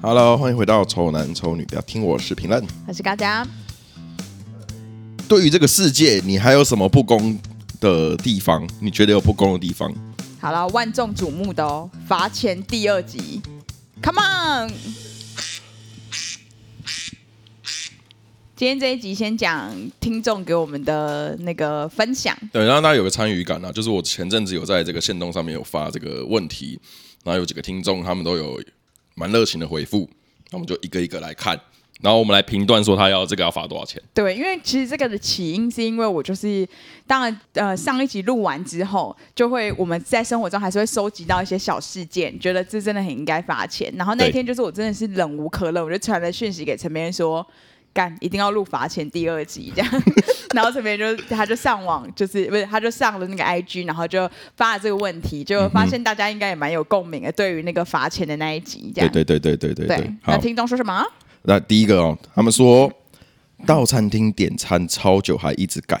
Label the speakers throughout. Speaker 1: Hello，欢迎回到《丑男丑女》，不要听我是评论。
Speaker 2: 我是高佳。
Speaker 1: 对于这个世界，你还有什么不公的地方？你觉得有不公的地方？
Speaker 2: 好了，万众瞩目的哦，罚钱第二集，Come on！今天这一集先讲听众给我们的那个分享，
Speaker 1: 对，让大家有个参与感啊。就是我前阵子有在这个线动上面有发这个问题，然后有几个听众他们都有蛮热情的回复，那我们就一个一个来看，然后我们来评断说他要这个要罚多少钱。
Speaker 2: 对，因为其实这个的起因是因为我就是，当然呃上一集录完之后，就会我们在生活中还是会收集到一些小事件，觉得这真的很应该罚钱。然后那
Speaker 1: 对
Speaker 2: 天就是我真的是忍无可忍，我就传了讯息给陈明说，干一定要录罚钱第二集这样。 然后陈明就他就上网就是不是他就上了那个 IG，然后就发了这个问题，就
Speaker 1: 嗯
Speaker 2: 发现大家应该也蛮有共鸣的，对于那个罚钱的那一集这
Speaker 1: 对
Speaker 2: 样。
Speaker 1: 对对对对对
Speaker 2: 对
Speaker 1: 对，，
Speaker 2: 那
Speaker 1: 好。
Speaker 2: 听众说什么？
Speaker 1: 那第一个哦，他们说到餐厅点餐超久还一直改，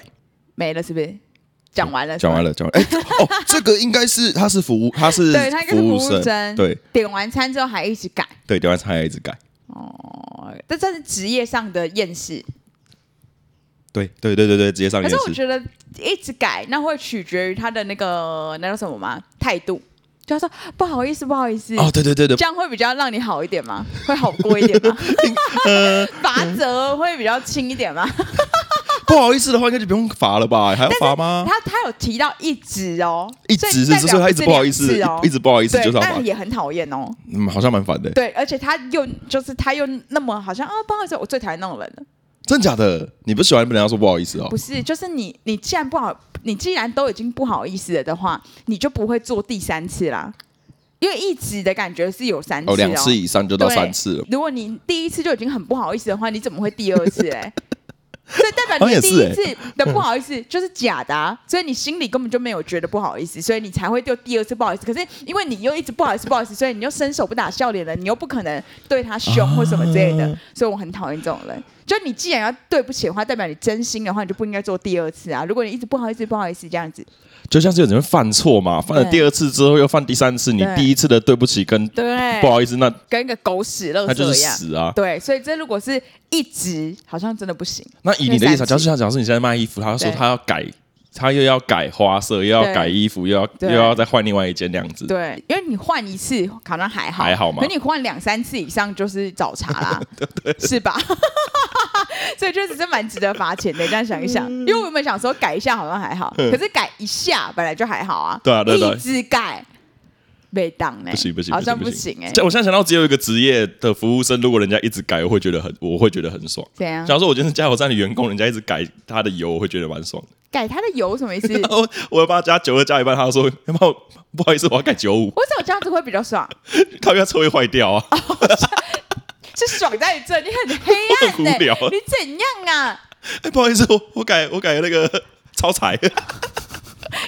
Speaker 2: 没了是不是？讲完了，
Speaker 1: 讲完
Speaker 2: 了。
Speaker 1: 了讲完了，哎、哦，这个应该是他是服务，他是
Speaker 2: 对他应该是
Speaker 1: 服务
Speaker 2: 服务生
Speaker 1: 对
Speaker 2: 点完餐之后还一直改，
Speaker 1: 对，点完餐还一直改。
Speaker 2: 这这是职业上的厌世。
Speaker 1: 对对对对对，直接上
Speaker 2: 可
Speaker 1: 电
Speaker 2: 是我
Speaker 1: 视。
Speaker 2: 觉得一直改，那会取决于他的那个那叫什么吗？态度，就他说不好意思，不好意思，
Speaker 1: 哦，对对对对
Speaker 2: 这，样会比较让你好一点吗？会好过一点 吗？
Speaker 1: 呃
Speaker 2: 罚则会比较轻一点吗？
Speaker 1: 不好意思的话，应该就不用罚了吧？还要罚吗？
Speaker 2: 他他有提到一直哦，
Speaker 1: 啊一直
Speaker 2: 所
Speaker 1: 是，
Speaker 2: 以代
Speaker 1: 所
Speaker 2: 表
Speaker 1: 以他一
Speaker 2: 是
Speaker 1: 直不好意思
Speaker 2: 两次哦，，
Speaker 1: 一一直不好意思，就
Speaker 2: 对，
Speaker 1: 是要
Speaker 2: 那
Speaker 1: 罚。
Speaker 2: 也很讨厌哦。
Speaker 1: 嗯，好像蛮烦的。
Speaker 2: 对，而且他又就是他又那么好像啊，不好意思，我最讨厌那种人了。
Speaker 1: 真假的？你不喜欢被人家说不好意思哦
Speaker 2: 不？是，就是你，你既然不好，你既然都已经不好意思了的话，你就不会做第三次啦。因为一直的感觉是有三次、
Speaker 1: 哦，两次以上就到
Speaker 2: 对
Speaker 1: 三次了。
Speaker 2: 如果你第一次就已经很不好意思的话，你怎么会第 二次嘞、所以代
Speaker 1: 好
Speaker 2: 表
Speaker 1: 像也
Speaker 2: 你第
Speaker 1: 是欸
Speaker 2: 一次的不好意思就是假的、啊，所以你心里根本就没有觉得不好意思，所以你才会对第二次不好意思。可是因为你又一直不好意思不好意思，所以你又伸手不打笑脸了，你又不可能对他凶或什么之类的，
Speaker 1: 啊
Speaker 2: 所以我很讨厌这种人。就你既然要对不起的话，代表你真心的话，你就不应该做第二次啊。如果你一直不好意思不好意思这样子，
Speaker 1: 就像是有人犯错嘛，犯了
Speaker 2: 对
Speaker 1: 第二次之后又犯第三次，你
Speaker 2: 对
Speaker 1: 第一次的对不起跟
Speaker 2: 对
Speaker 1: 不好意思，那
Speaker 2: 跟一个狗屎垃
Speaker 1: 那就是
Speaker 2: 圾一样。
Speaker 1: 死啊。
Speaker 2: 对，所以这如果是一直，好像真的不行。
Speaker 1: 那以你的
Speaker 2: 那
Speaker 1: 立场，
Speaker 2: 三次
Speaker 1: 假设假设你现在卖衣服，他说
Speaker 2: 对
Speaker 1: 他要改，他又要改花色，又要
Speaker 2: 对
Speaker 1: 改衣服，又要又
Speaker 2: 对
Speaker 1: 要再换另外一件那样子。
Speaker 2: 对，因为你换一次好像还好，
Speaker 1: 还好嘛
Speaker 2: 可你换两三次以上就是找 茬啦，是吧？ 所以确实是蛮值得罚钱的。这样想一想，
Speaker 1: 嗯
Speaker 2: 因为我们想说改一下好像还好，可是改一下本来就还好啊，
Speaker 1: 对啊对啊对啊
Speaker 2: 一直改被当哎，
Speaker 1: 不行不行，
Speaker 2: 好像
Speaker 1: 不
Speaker 2: 行哎、
Speaker 1: 像我现在想到只有一个职业的服务生，如果人家一直改，我会觉得很，我会觉得很爽。
Speaker 2: 怎样
Speaker 1: 假？如说我今天是加油站的员工，人家一直改他的油，我会觉得蛮爽的。
Speaker 2: 改他的油什 么意思？
Speaker 1: 然后我要帮他加九二加一半，他说：“要不要不好意思，我要改九五，
Speaker 2: 为什么这样子会比较爽？
Speaker 1: 靠，要车会坏掉 啊。
Speaker 2: 是爽在这，你很黑
Speaker 1: 我
Speaker 2: 暗
Speaker 1: 很
Speaker 2: 呢、
Speaker 1: 无聊啊
Speaker 2: 你怎样啊？
Speaker 1: 哎，不好意思，我我改我改那个 超彩。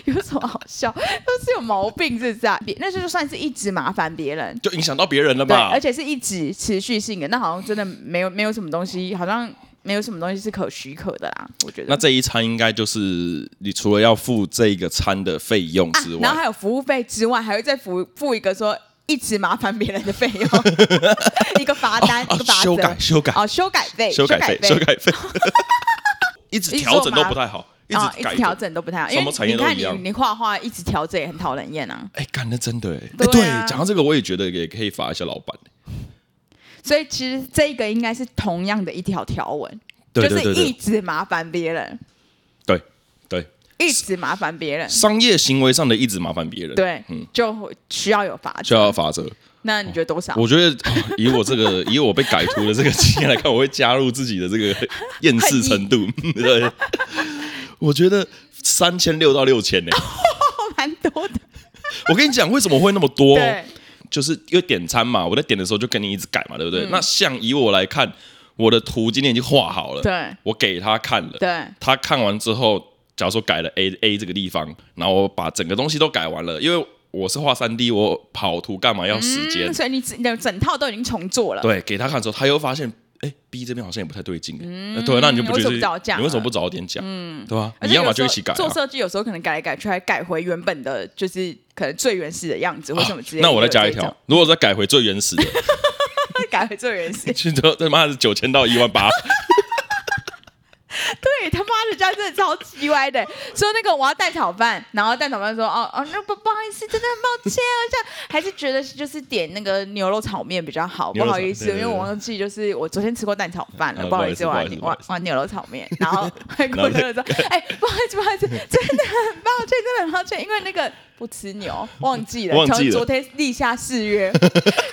Speaker 2: 有什么好笑？都是有毛病是不是啊？别那就算是一直麻烦别人，
Speaker 1: 就影响到别人了
Speaker 2: 对，
Speaker 1: 嘛
Speaker 2: 而。且是一直持续性的，那好像真的没有没有什么东西，好像没有什么东西是可许可的啦，我觉得。
Speaker 1: 那这一餐应该就是你除了要付这个餐的费用之
Speaker 2: 啊，
Speaker 1: 外，
Speaker 2: 然后还有服务费之外，还会再付付一个说一直麻烦别人的 费用，一个罚单，一
Speaker 1: 哦
Speaker 2: 个罚
Speaker 1: 修改
Speaker 2: 则，
Speaker 1: 修改
Speaker 2: 哦，修改费，
Speaker 1: 修改
Speaker 2: 改
Speaker 1: 费修改费， 一直调整都不太好，一
Speaker 2: 啊，
Speaker 1: 直
Speaker 2: 一
Speaker 1: 改
Speaker 2: 直调整都不太好，因
Speaker 1: 什么产
Speaker 2: 为
Speaker 1: 业
Speaker 2: 你
Speaker 1: 都
Speaker 2: 看
Speaker 1: 一
Speaker 2: 你
Speaker 1: 样
Speaker 2: 你画画一直调整也很讨人厌啊，
Speaker 1: 哎，干的真的哎，哎对
Speaker 2: 对啊，
Speaker 1: 讲到这个我也觉得也可以罚一下老板，
Speaker 2: 所以其实这个应该是同样的一条条文，
Speaker 1: 对
Speaker 2: 就
Speaker 1: 对
Speaker 2: 是
Speaker 1: 对对
Speaker 2: 一直麻烦别人，
Speaker 1: 对对，
Speaker 2: 一直麻烦别人，
Speaker 1: 商业行为上的一直麻烦别人，，
Speaker 2: 对，就会需要有罚
Speaker 1: 就
Speaker 2: 则。
Speaker 1: 要罚则。
Speaker 2: 那你觉得多少？
Speaker 1: 我觉得哦以我这个 以我被改图的这个经验来看，我会加入自己的这个厌世程度， 对，我觉得三千六到六千呢。 哎
Speaker 2: 蛮多的。
Speaker 1: 我跟你讲，为什么会那么多哦、
Speaker 2: 对，
Speaker 1: 就是因为点餐嘛，我在点的时候就跟你一直改嘛，对不
Speaker 2: 嗯
Speaker 1: 对？那像以我来看，我的图今天已经画好了，
Speaker 2: 对，
Speaker 1: 我给他看了，
Speaker 2: 对，嗯
Speaker 1: 他看完之后，假如说改了 A A 这个地方，然后我把整个东西都改完了，因为我是画三 D，我跑图干嘛要时间？
Speaker 2: 嗯，所以你整你的整套都已经重做了。
Speaker 1: 对，给他看的时候，他又发现，哎，B 这边好像也不太对劲，嗯，对，那你就不
Speaker 2: 为
Speaker 1: 觉得
Speaker 2: 什么不早讲啊
Speaker 1: 你为什么不早点讲？嗯，对吧？
Speaker 2: 而
Speaker 1: 你
Speaker 2: 且
Speaker 1: 要
Speaker 2: 有
Speaker 1: 么
Speaker 2: 时候
Speaker 1: 就一起改啊。
Speaker 2: 做设计有时候可能改来改去，还改回原本的，就是可能最原始的样子或什么之类的。
Speaker 1: 啊那我再加一
Speaker 2: 也有这
Speaker 1: 条
Speaker 2: 种，，
Speaker 1: 如果再改回最原始的，
Speaker 2: 改回做原形。
Speaker 1: 去后他妈是九千到一万八，
Speaker 2: 对他妈的，家真的超级歪的，说那个我要蛋炒饭，然后蛋炒饭说哦哦，那不不好意思，真的很抱歉啊，这样还是觉得就是点那个牛肉炒面比较好，
Speaker 1: 牛
Speaker 2: 不
Speaker 1: 肉炒
Speaker 2: 好意思，
Speaker 1: 对对
Speaker 2: 因
Speaker 1: 对
Speaker 2: 为我忘记就是我昨天吃过蛋炒饭了，
Speaker 1: 嗯
Speaker 2: 不好意思，
Speaker 1: 不
Speaker 2: 我
Speaker 1: 好
Speaker 2: 要
Speaker 1: 意思不好
Speaker 2: 我
Speaker 1: 意思
Speaker 2: 我要牛肉炒面，然后外国人说，哎，不好意思，不好意思，真的很抱歉，真的很抱歉，因为那个不吃牛，忘记了，
Speaker 1: 忘记了
Speaker 2: 从昨天立下 誓约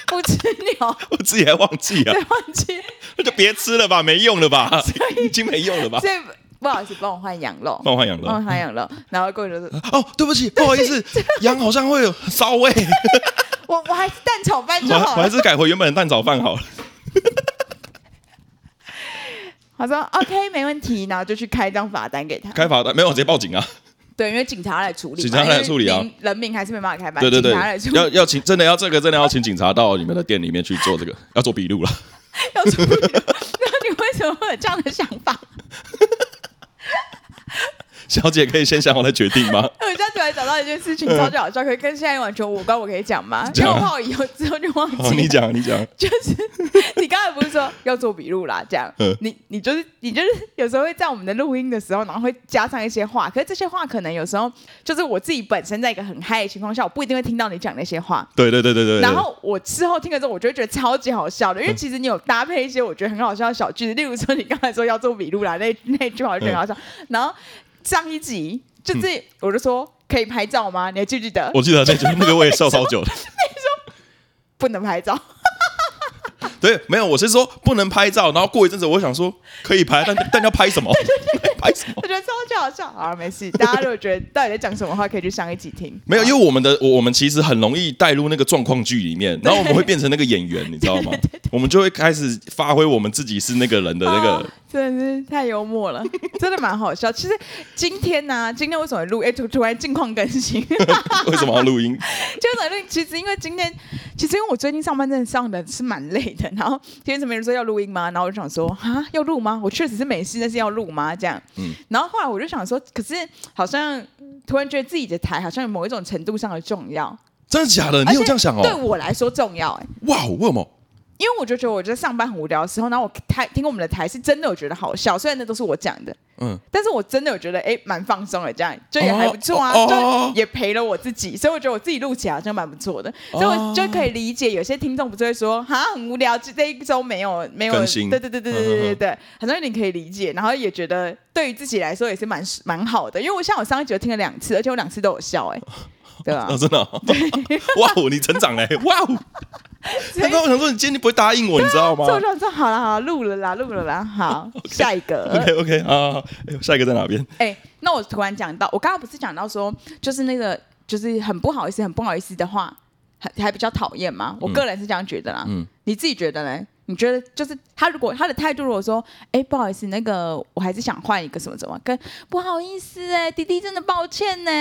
Speaker 2: 不吃牛，
Speaker 1: 我自己还忘记啊
Speaker 2: 对，，忘记，
Speaker 1: 那就别吃了吧，没用了
Speaker 2: 啊
Speaker 1: 吧， 已经没用了吧。
Speaker 2: 所以不好意思，帮我换羊肉，
Speaker 1: 帮我换羊肉
Speaker 2: 帮我换羊肉，然后过去就说。
Speaker 1: 哦，对不起，不好意思，羊好像会有骚味，
Speaker 2: 我我还是蛋炒饭
Speaker 1: 我
Speaker 2: 就
Speaker 1: 还
Speaker 2: 好
Speaker 1: 我还
Speaker 2: 了。
Speaker 1: 是改回原本的蛋炒饭好了。
Speaker 2: 他说 OK 没问题，然后就去开一张罚单给他。
Speaker 1: 开罚单没有，直接报警啊！
Speaker 2: 对，因为警察来处理嘛，
Speaker 1: 警察来处理啊
Speaker 2: 因为民，人民还是没办法开罚，
Speaker 1: 对对对
Speaker 2: 警察来处，理
Speaker 1: 要要请真的要这个真的要请警察到你们的店里面去做这个，要做笔录了。
Speaker 2: 要处理。那你为什么会有这样的想法？
Speaker 1: 小姐可以先想好再决定 吗？
Speaker 2: 我现在突然找到一件事情超级好笑，可是跟现在完全无关，我可以讲吗？因
Speaker 1: 嗯讲啊
Speaker 2: 为我怕我以后之后就忘记了。
Speaker 1: 哦，你讲你讲，
Speaker 2: 就是你刚才不是说要做笔录啦？这样
Speaker 1: 嗯，
Speaker 2: 你你就是你就是有时候会在我们的录音的时候，然后会加上一些话，可是这些话可能有时候就是我自己本身在一个很嗨的情况下，我不一定会听到你讲那些话。
Speaker 1: 对对对对对。对嗯
Speaker 2: 然后我事后听了之后，我就会觉得超级好笑的，因为其实你有搭配一些我觉得很好笑的小句子，例如说你刚才说要做笔录啦，那那句话我就觉得很好笑。
Speaker 1: 嗯
Speaker 2: 然后上一集就是我就说可以拍照吗？你还记不记得？
Speaker 1: 我记得那句那个我也笑超 久的。
Speaker 2: 不能拍照。
Speaker 1: 对，没有，我是说不能拍照，然后过一阵子我想说可以拍，但但要拍什么？拍什么？
Speaker 2: 我觉得超级好笑。好，没事。大家如果觉得到底在讲什么话，可以去上一集听。
Speaker 1: 没有，因为我们的我我们其实很容易带入那个状况剧里面，然后我们会变成那个演员，你知 道吗？我们就会开始发挥我们自己是那个人的那
Speaker 2: 啊
Speaker 1: 个。
Speaker 2: 真的是太幽默了，真的蛮好笑。其实今天呢、今天为什么录？哎、突突然近况更新， 今天
Speaker 1: 为什么要录音？
Speaker 2: 为什么录？其实因为今天，其实因为我最近上班真的上的是蛮累的，然后今天怎么有人说要录音吗？然后我就想说啊，要录吗？我确实是没事，但是要录吗？这样，
Speaker 1: 嗯
Speaker 2: 然后后来我就想说，可是好像突然觉得自己的台好像有某一种程度上的重要，
Speaker 1: 真的假的？你有这样想
Speaker 2: 而且对
Speaker 1: 哦？
Speaker 2: 我来说重要、哎。
Speaker 1: 哇，为什么？
Speaker 2: 因为我就觉得我在上班很无聊的时候，然后我台听我们的台是真的有觉得好笑，虽然那都是我讲的，
Speaker 1: 嗯，
Speaker 2: 但是我真的有觉得哎蛮放松的，这样就也还不错啊，
Speaker 1: 哦哦哦
Speaker 2: 就也陪了我自己，所以我觉得我自己录起来好像蛮不错的，所以我就可以理解有些听众不是会说哈很无聊，这这一周没有没有
Speaker 1: 更新嗯
Speaker 2: 对对对对对对对对，好像有点可以理解，然后也觉得对于自己来说也是蛮蛮好的，因为我像我上一集我听了两次，而且我两次都有笑哎、对吧、
Speaker 1: 啊，真的 哦、哇哦，你成长嘞！哇哦，刚刚我想说你今天不会答应我，你知道吗
Speaker 2: 所以我就说好了好了，录了啦，录了 啦，好下一个。
Speaker 1: ？OK OK 啊，哎呦，下一个在哪边？
Speaker 2: 哎、那我突然讲到，我刚刚不是讲到说，就是那个就是很不好意思，很不好意思的话，还还比较讨厌吗？我个人是这样觉得啦。
Speaker 1: 嗯
Speaker 2: 你自己觉得呢？你觉得就是他如果他的态度如果说，哎、不好意思，那个我还是想换一个什么什么，跟不好意思哎、弟弟真的抱歉呢、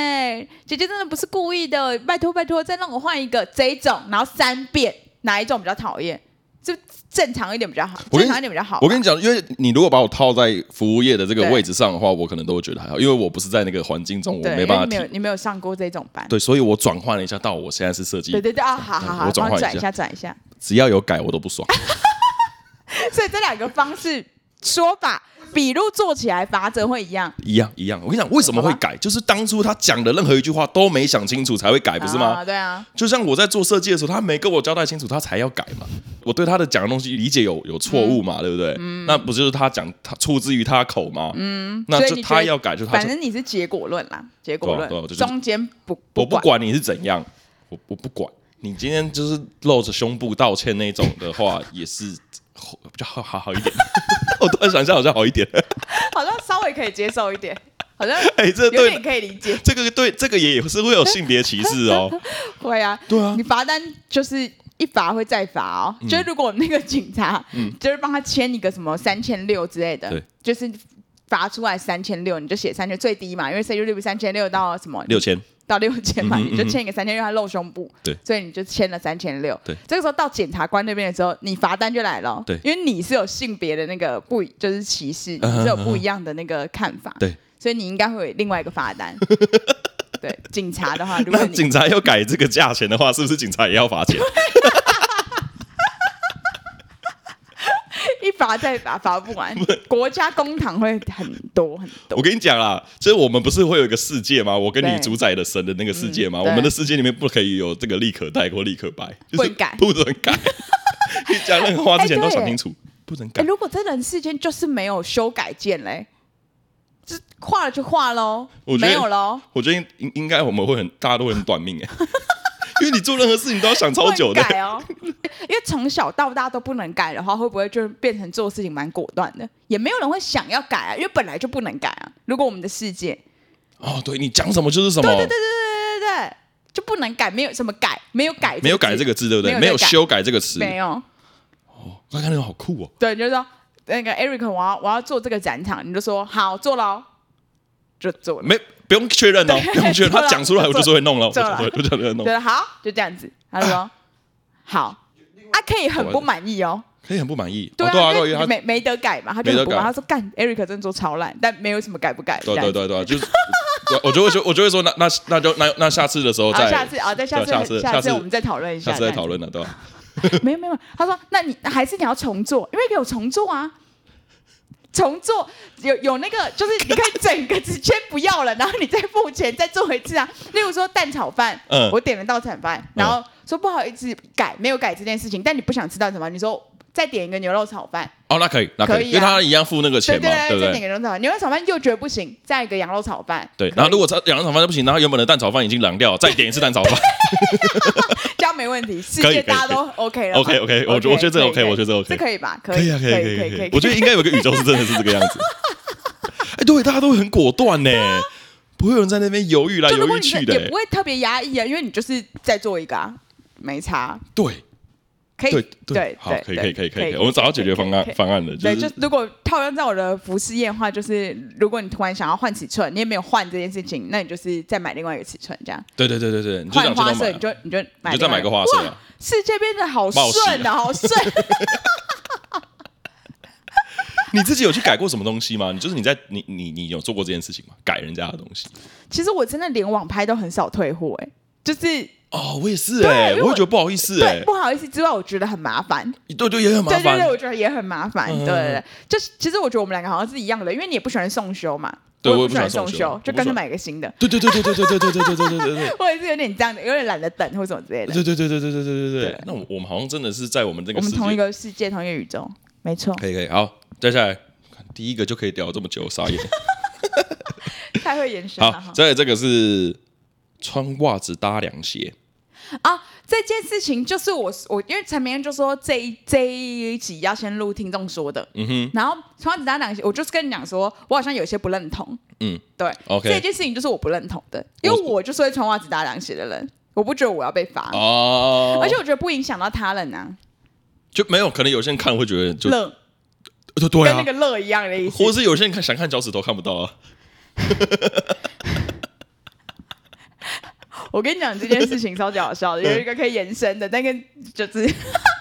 Speaker 2: 姐姐真的不是故意的，拜托拜托，再让我换一个这一种，然后三遍，哪一种比较讨厌？就正常一点比较好，
Speaker 1: 我跟你
Speaker 2: 正常一点比较好吧。
Speaker 1: 我跟你讲，因为你如果把我套在服务业的这个位置上的话，我可能都会觉得还好，因为我不是在那个环境中，我
Speaker 2: 对，
Speaker 1: 没
Speaker 2: 因为
Speaker 1: 办法
Speaker 2: 你没有
Speaker 1: 体
Speaker 2: 你没有上过这种班。
Speaker 1: 对，所以我转换了一下，到我现在是设计
Speaker 2: 对，对对啊，好好好，
Speaker 1: 我转换
Speaker 2: 帮我
Speaker 1: 一
Speaker 2: 转一
Speaker 1: 下
Speaker 2: 下，转一下。
Speaker 1: 只要有改我都不爽。
Speaker 2: 啊所以这两个方式说法，笔录做起来法则会一样，
Speaker 1: 一样一样，我跟你讲，为什么会改，就是当初他讲的任何一句话都没想清楚才会改，哎不是吗？
Speaker 2: 啊对啊，
Speaker 1: 就像我在做设计的时候，他没跟我交代清楚，他才要改嘛。我对他的讲的东西理解有有错误嘛，对不对？
Speaker 2: 嗯
Speaker 1: 那不就是他讲他出自于他口吗？嗯，那
Speaker 2: 所以
Speaker 1: 就
Speaker 2: 你觉
Speaker 1: 他
Speaker 2: 得
Speaker 1: 要改，就他
Speaker 2: 反
Speaker 1: 就
Speaker 2: 正你是结果论啦，结果
Speaker 1: 对
Speaker 2: 论
Speaker 1: 啊对啊我就
Speaker 2: 中间不
Speaker 1: 我不
Speaker 2: 管。
Speaker 1: 管你是怎样，我我不管你今天就是露着胸部道歉那种的话，也是比较好好好一点。 我突然想一下，好像好一点。
Speaker 2: 好像稍微可以接受一点，好像
Speaker 1: 哎、这
Speaker 2: 有
Speaker 1: 对
Speaker 2: 点可以理解。
Speaker 1: 这个对这个也是会有性别歧视哦。
Speaker 2: 会啊，
Speaker 1: 对啊嗯
Speaker 2: 你罚单就是一罚会再罚哦，就是如果那个警察，就是帮他签一个什么三千六之类的
Speaker 1: 对，
Speaker 2: 就是罚出来三千六，你就写三千最低嘛，因为 C U l 三千六到什么
Speaker 1: 六千，
Speaker 2: 到六千嘛，
Speaker 1: 嗯哼
Speaker 2: 你就签一个三千六，他露胸部，
Speaker 1: 对
Speaker 2: 所以你就签了三千六。
Speaker 1: 对
Speaker 2: 这个时候到检察官那边的时候，你罚单就来了哦，
Speaker 1: 对
Speaker 2: 因为你是有性别的那个不一就是歧视，
Speaker 1: 嗯
Speaker 2: 你是有不一样的那个看法，
Speaker 1: 对，
Speaker 2: 所以你应该会有另外一个罚单。 对，警察的话，如果
Speaker 1: 那
Speaker 2: 你
Speaker 1: 警察要改这个价钱的话，是不是警察也要罚钱？
Speaker 2: 罚再罚，罚不完，国家公堂会很多很多。
Speaker 1: 我跟你讲啦，就是我们不是会有一个世界吗？我跟你
Speaker 2: 对
Speaker 1: 主宰的神的那个世界吗？
Speaker 2: 嗯
Speaker 1: 我
Speaker 2: 对
Speaker 1: 们的世界里面不可以有这个立可代或立可白，就是
Speaker 2: 不能改
Speaker 1: 不准改。你讲任何话之前
Speaker 2: 哎
Speaker 1: 都
Speaker 2: 对
Speaker 1: 想清楚，不能
Speaker 2: 哎、
Speaker 1: 改。
Speaker 2: 如果真人事件就是没有修改键嘞，这画了就画喽，
Speaker 1: 我觉得
Speaker 2: 没有喽，
Speaker 1: 我觉得应应该我们会很大家都会很短命 哎、因为你做任何事情都要想超久的
Speaker 2: 不能。改哦。因为从小到大都不能改的话，会不会就变成做事情蛮果断的？也没有人会想要改啊，因为本来就不能改啊。如果我们的世界，
Speaker 1: 哦，对你讲什么就是什么，
Speaker 2: 对对对对对对对对，就不能改，没有什么改，没有改，
Speaker 1: 没有改这
Speaker 2: 个
Speaker 1: 个字对不对？没
Speaker 2: 没有
Speaker 1: 有
Speaker 2: 再改
Speaker 1: 修改这个词
Speaker 2: 字，，没有。
Speaker 1: 哇，看那个好酷哦。
Speaker 2: 对，你就说那个 Eric，我要我要做这个展场，你就说好做咯，就做了。
Speaker 1: 没不用确认哦，不用确认，他
Speaker 2: 做了
Speaker 1: 讲出来我就说会弄了，我就
Speaker 2: 做
Speaker 1: 说
Speaker 2: 了
Speaker 1: 我就说会弄，
Speaker 2: 啊对啊了，好，就这样子。他 就说好，啊，可以很不满意哦。
Speaker 1: 可以很不满意。
Speaker 2: 对
Speaker 1: 哦对啊，
Speaker 2: 啊，因
Speaker 1: 对啊，
Speaker 2: 为
Speaker 1: 因为他
Speaker 2: 没没得改嘛，他就
Speaker 1: 没得
Speaker 2: 很不满。
Speaker 1: 改
Speaker 2: 他说干，Eric 真的做超烂，但没有什么改不改。
Speaker 1: 对啊
Speaker 2: 这样
Speaker 1: 对
Speaker 2: 子，
Speaker 1: 对对，就是对啊我就会说，我就会说，那那那就那那下次的时候
Speaker 2: 好，
Speaker 1: 再
Speaker 2: 下次啊，再下次
Speaker 1: 下次
Speaker 2: 下
Speaker 1: 下次
Speaker 2: 次我们再讨论一下。
Speaker 1: 下次再讨论了，对吧？
Speaker 2: 这样子。没有没有，没有他说那你还是你要重做，因为有重做啊。重做有有那个，就是你可以整个直接不要了，然后你再付钱再做一次啊。例如说蛋炒饭，
Speaker 1: 嗯
Speaker 2: 我点了道产饭，然后说不好意思改，没有改这件事情，但你不想吃道产饭，你说再点一个牛肉炒饭，
Speaker 1: 哦，那可以，那可
Speaker 2: 可
Speaker 1: 以，
Speaker 2: 以啊
Speaker 1: 因为他一样付那个钱
Speaker 2: 对
Speaker 1: 嘛，
Speaker 2: 对
Speaker 1: 对不
Speaker 2: 再
Speaker 1: 对？
Speaker 2: 点个牛肉炒饭，牛肉炒饭又觉得不行，再一个羊肉炒饭，
Speaker 1: 对，然后如果他两个炒饭都不行，然后原本的蛋炒饭已经凉掉了，再点一次蛋炒饭。
Speaker 2: 这样没问题，世
Speaker 1: 可以
Speaker 2: 界
Speaker 1: 可以
Speaker 2: 大家都 OK 了吧。
Speaker 1: OK OK，我觉我觉得这
Speaker 2: 可以
Speaker 1: OK，
Speaker 2: 可以
Speaker 1: 我觉得这 OK，
Speaker 2: 这可以吧？
Speaker 1: 可以啊，可 以
Speaker 2: 可以
Speaker 1: 可以可
Speaker 2: 可
Speaker 1: 以可
Speaker 2: 可
Speaker 1: 以
Speaker 2: 以，，
Speaker 1: 我觉得应该有一个宇宙是真的是这个样 子。哎，对，大家都很果断呢，不会有人在那边犹豫来
Speaker 2: 啊就如
Speaker 1: 犹
Speaker 2: 果
Speaker 1: 豫
Speaker 2: 你
Speaker 1: 去
Speaker 2: 是
Speaker 1: 的
Speaker 2: 也
Speaker 1: 欸
Speaker 2: 不。会特别压抑啊，因为你就是在做一个啊，没差，
Speaker 1: 对
Speaker 2: 可以
Speaker 1: 对
Speaker 2: 哎对，
Speaker 1: 好，可以可以可以可以，可以
Speaker 2: 可
Speaker 1: 我们找到解决方案
Speaker 2: 可以可以
Speaker 1: 方案了，就
Speaker 2: 对，就是如果套用在我的服饰业的话，就是如果你突然想要换尺寸，你也没有换这件事情，那你就是再买另外一个尺寸，这样
Speaker 1: 对对对对对，你就
Speaker 2: 换
Speaker 1: 想去
Speaker 2: 花
Speaker 1: 弄
Speaker 2: 色，
Speaker 1: 买
Speaker 2: 你
Speaker 1: 啊，
Speaker 2: 就你就买，
Speaker 1: 你就再买个花色啊
Speaker 2: 哇，世界变得好
Speaker 1: 冒险
Speaker 2: 顺啊，好顺。
Speaker 1: 你自己有去改过什么东西吗？你就是你在你你你有做过这件事情吗？改人家的东西？
Speaker 2: 其实我真的连网拍都很少退货，哎，就是
Speaker 1: 哦，我也是
Speaker 2: 对
Speaker 1: 哎、
Speaker 2: 因为
Speaker 1: 我
Speaker 2: 我
Speaker 1: 也觉得不好意思哎、
Speaker 2: 对，不好意思之外，我觉得很麻烦。
Speaker 1: 对对，也很麻
Speaker 2: 对对
Speaker 1: 烦
Speaker 2: 对，。我觉得也很麻烦。
Speaker 1: 嗯
Speaker 2: 对对对，就是其实我觉得我们两个好像是一样的，因为你也不喜欢送修嘛，
Speaker 1: 对
Speaker 2: 我
Speaker 1: 我也不
Speaker 2: 也不
Speaker 1: 喜
Speaker 2: 喜
Speaker 1: 欢
Speaker 2: 欢
Speaker 1: 送
Speaker 2: 送
Speaker 1: 修
Speaker 2: 修，就干脆买个新的。
Speaker 1: 对对对对对对对对对对对对对对。
Speaker 2: 我也是有点这样的，有点懒得等或什么之类的。
Speaker 1: 对对对对对对对对对
Speaker 2: 对，
Speaker 1: 那我我们好像真的是在我们这个
Speaker 2: 我们
Speaker 1: 世界，
Speaker 2: 同一个世界，同一个宇宙，没错，
Speaker 1: 可以可以，好，接下来看第一个就可以聊这么久，傻 眼。
Speaker 2: 太会延伸 了
Speaker 1: 好
Speaker 2: 哈，。
Speaker 1: 再来这个是穿袜子搭凉鞋，
Speaker 2: 啊，这件事情就是我我因为陈明恩就说这一这一集要先录听众说的，
Speaker 1: 嗯哼
Speaker 2: 然后从他只搭两我就是跟你讲说，我好像有些不认同，
Speaker 1: 嗯
Speaker 2: 对这
Speaker 1: ，OK，
Speaker 2: 件事情就是我不认同的，因为
Speaker 1: 我
Speaker 2: 我就是会穿袜子搭凉鞋的人，我不觉得我要被罚，
Speaker 1: 哦，
Speaker 2: 而且我觉得不影响到他人啊，
Speaker 1: 就没有可能有些人看会觉得就
Speaker 2: 乐
Speaker 1: 就对
Speaker 2: 跟
Speaker 1: 啊
Speaker 2: 那，个乐一样的意思
Speaker 1: 或。者是有些人看想看脚趾头看不到啊，
Speaker 2: 我跟你讲这件事情超级好笑的，有一个可以延伸的，但跟就是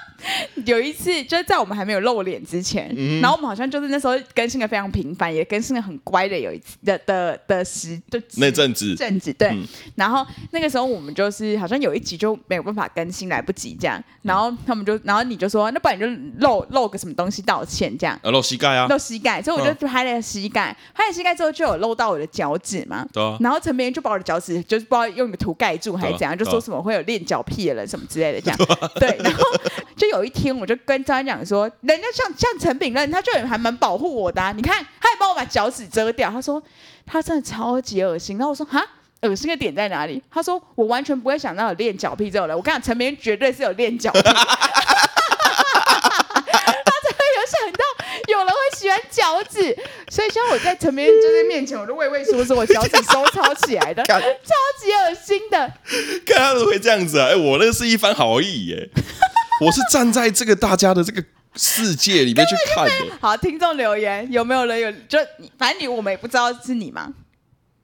Speaker 2: 有一次，就是在我们还没有露脸之前，
Speaker 1: 嗯
Speaker 2: 然后我们好像就是那时候更新的非常频繁，也更新的很乖的，有一次的的的时就
Speaker 1: 那阵子
Speaker 2: 阵子对。
Speaker 1: 嗯
Speaker 2: 然后那个时候我们就是好像有一集就没有办法更新，来不及这样，然后他们就，然后你就说，那不然你就露露个什么东西道歉这样。
Speaker 1: 啊露膝盖啊，
Speaker 2: 露膝盖，所以我就拍了膝盖，拍了膝盖之后就有露到我的脚趾嘛。
Speaker 1: 对啊，
Speaker 2: 然后陈明就把我的脚趾就是不知道用一个图盖住还是怎
Speaker 1: 对啊
Speaker 2: 样，就说什么会有练脚癖的人什么之类的这样。 对，然后就有一天我就跟张安讲说，人家像像陈炳任，他就还蛮保护我的、啊，你看他也帮我把脚趾遮掉。他说他真的超级恶心。然后我说哈。恶心的点在哪里？他说我完全不会想到有练脚癖这种人。我跟你讲，陈明绝对是有 练脚癖，他才会有想到有人会喜欢脚趾。所以像我在陈明就是面前，我就畏畏缩缩，我脚趾收抄起来的，
Speaker 1: 看
Speaker 2: 超级恶心的。
Speaker 1: 看他怎么会这样子啊！哎、我那是一番好意 耶、我是站在这个大家的这个世界里面去看的、
Speaker 2: 好，听众留言有没有人有？就你反正你我们也不知道是你嘛，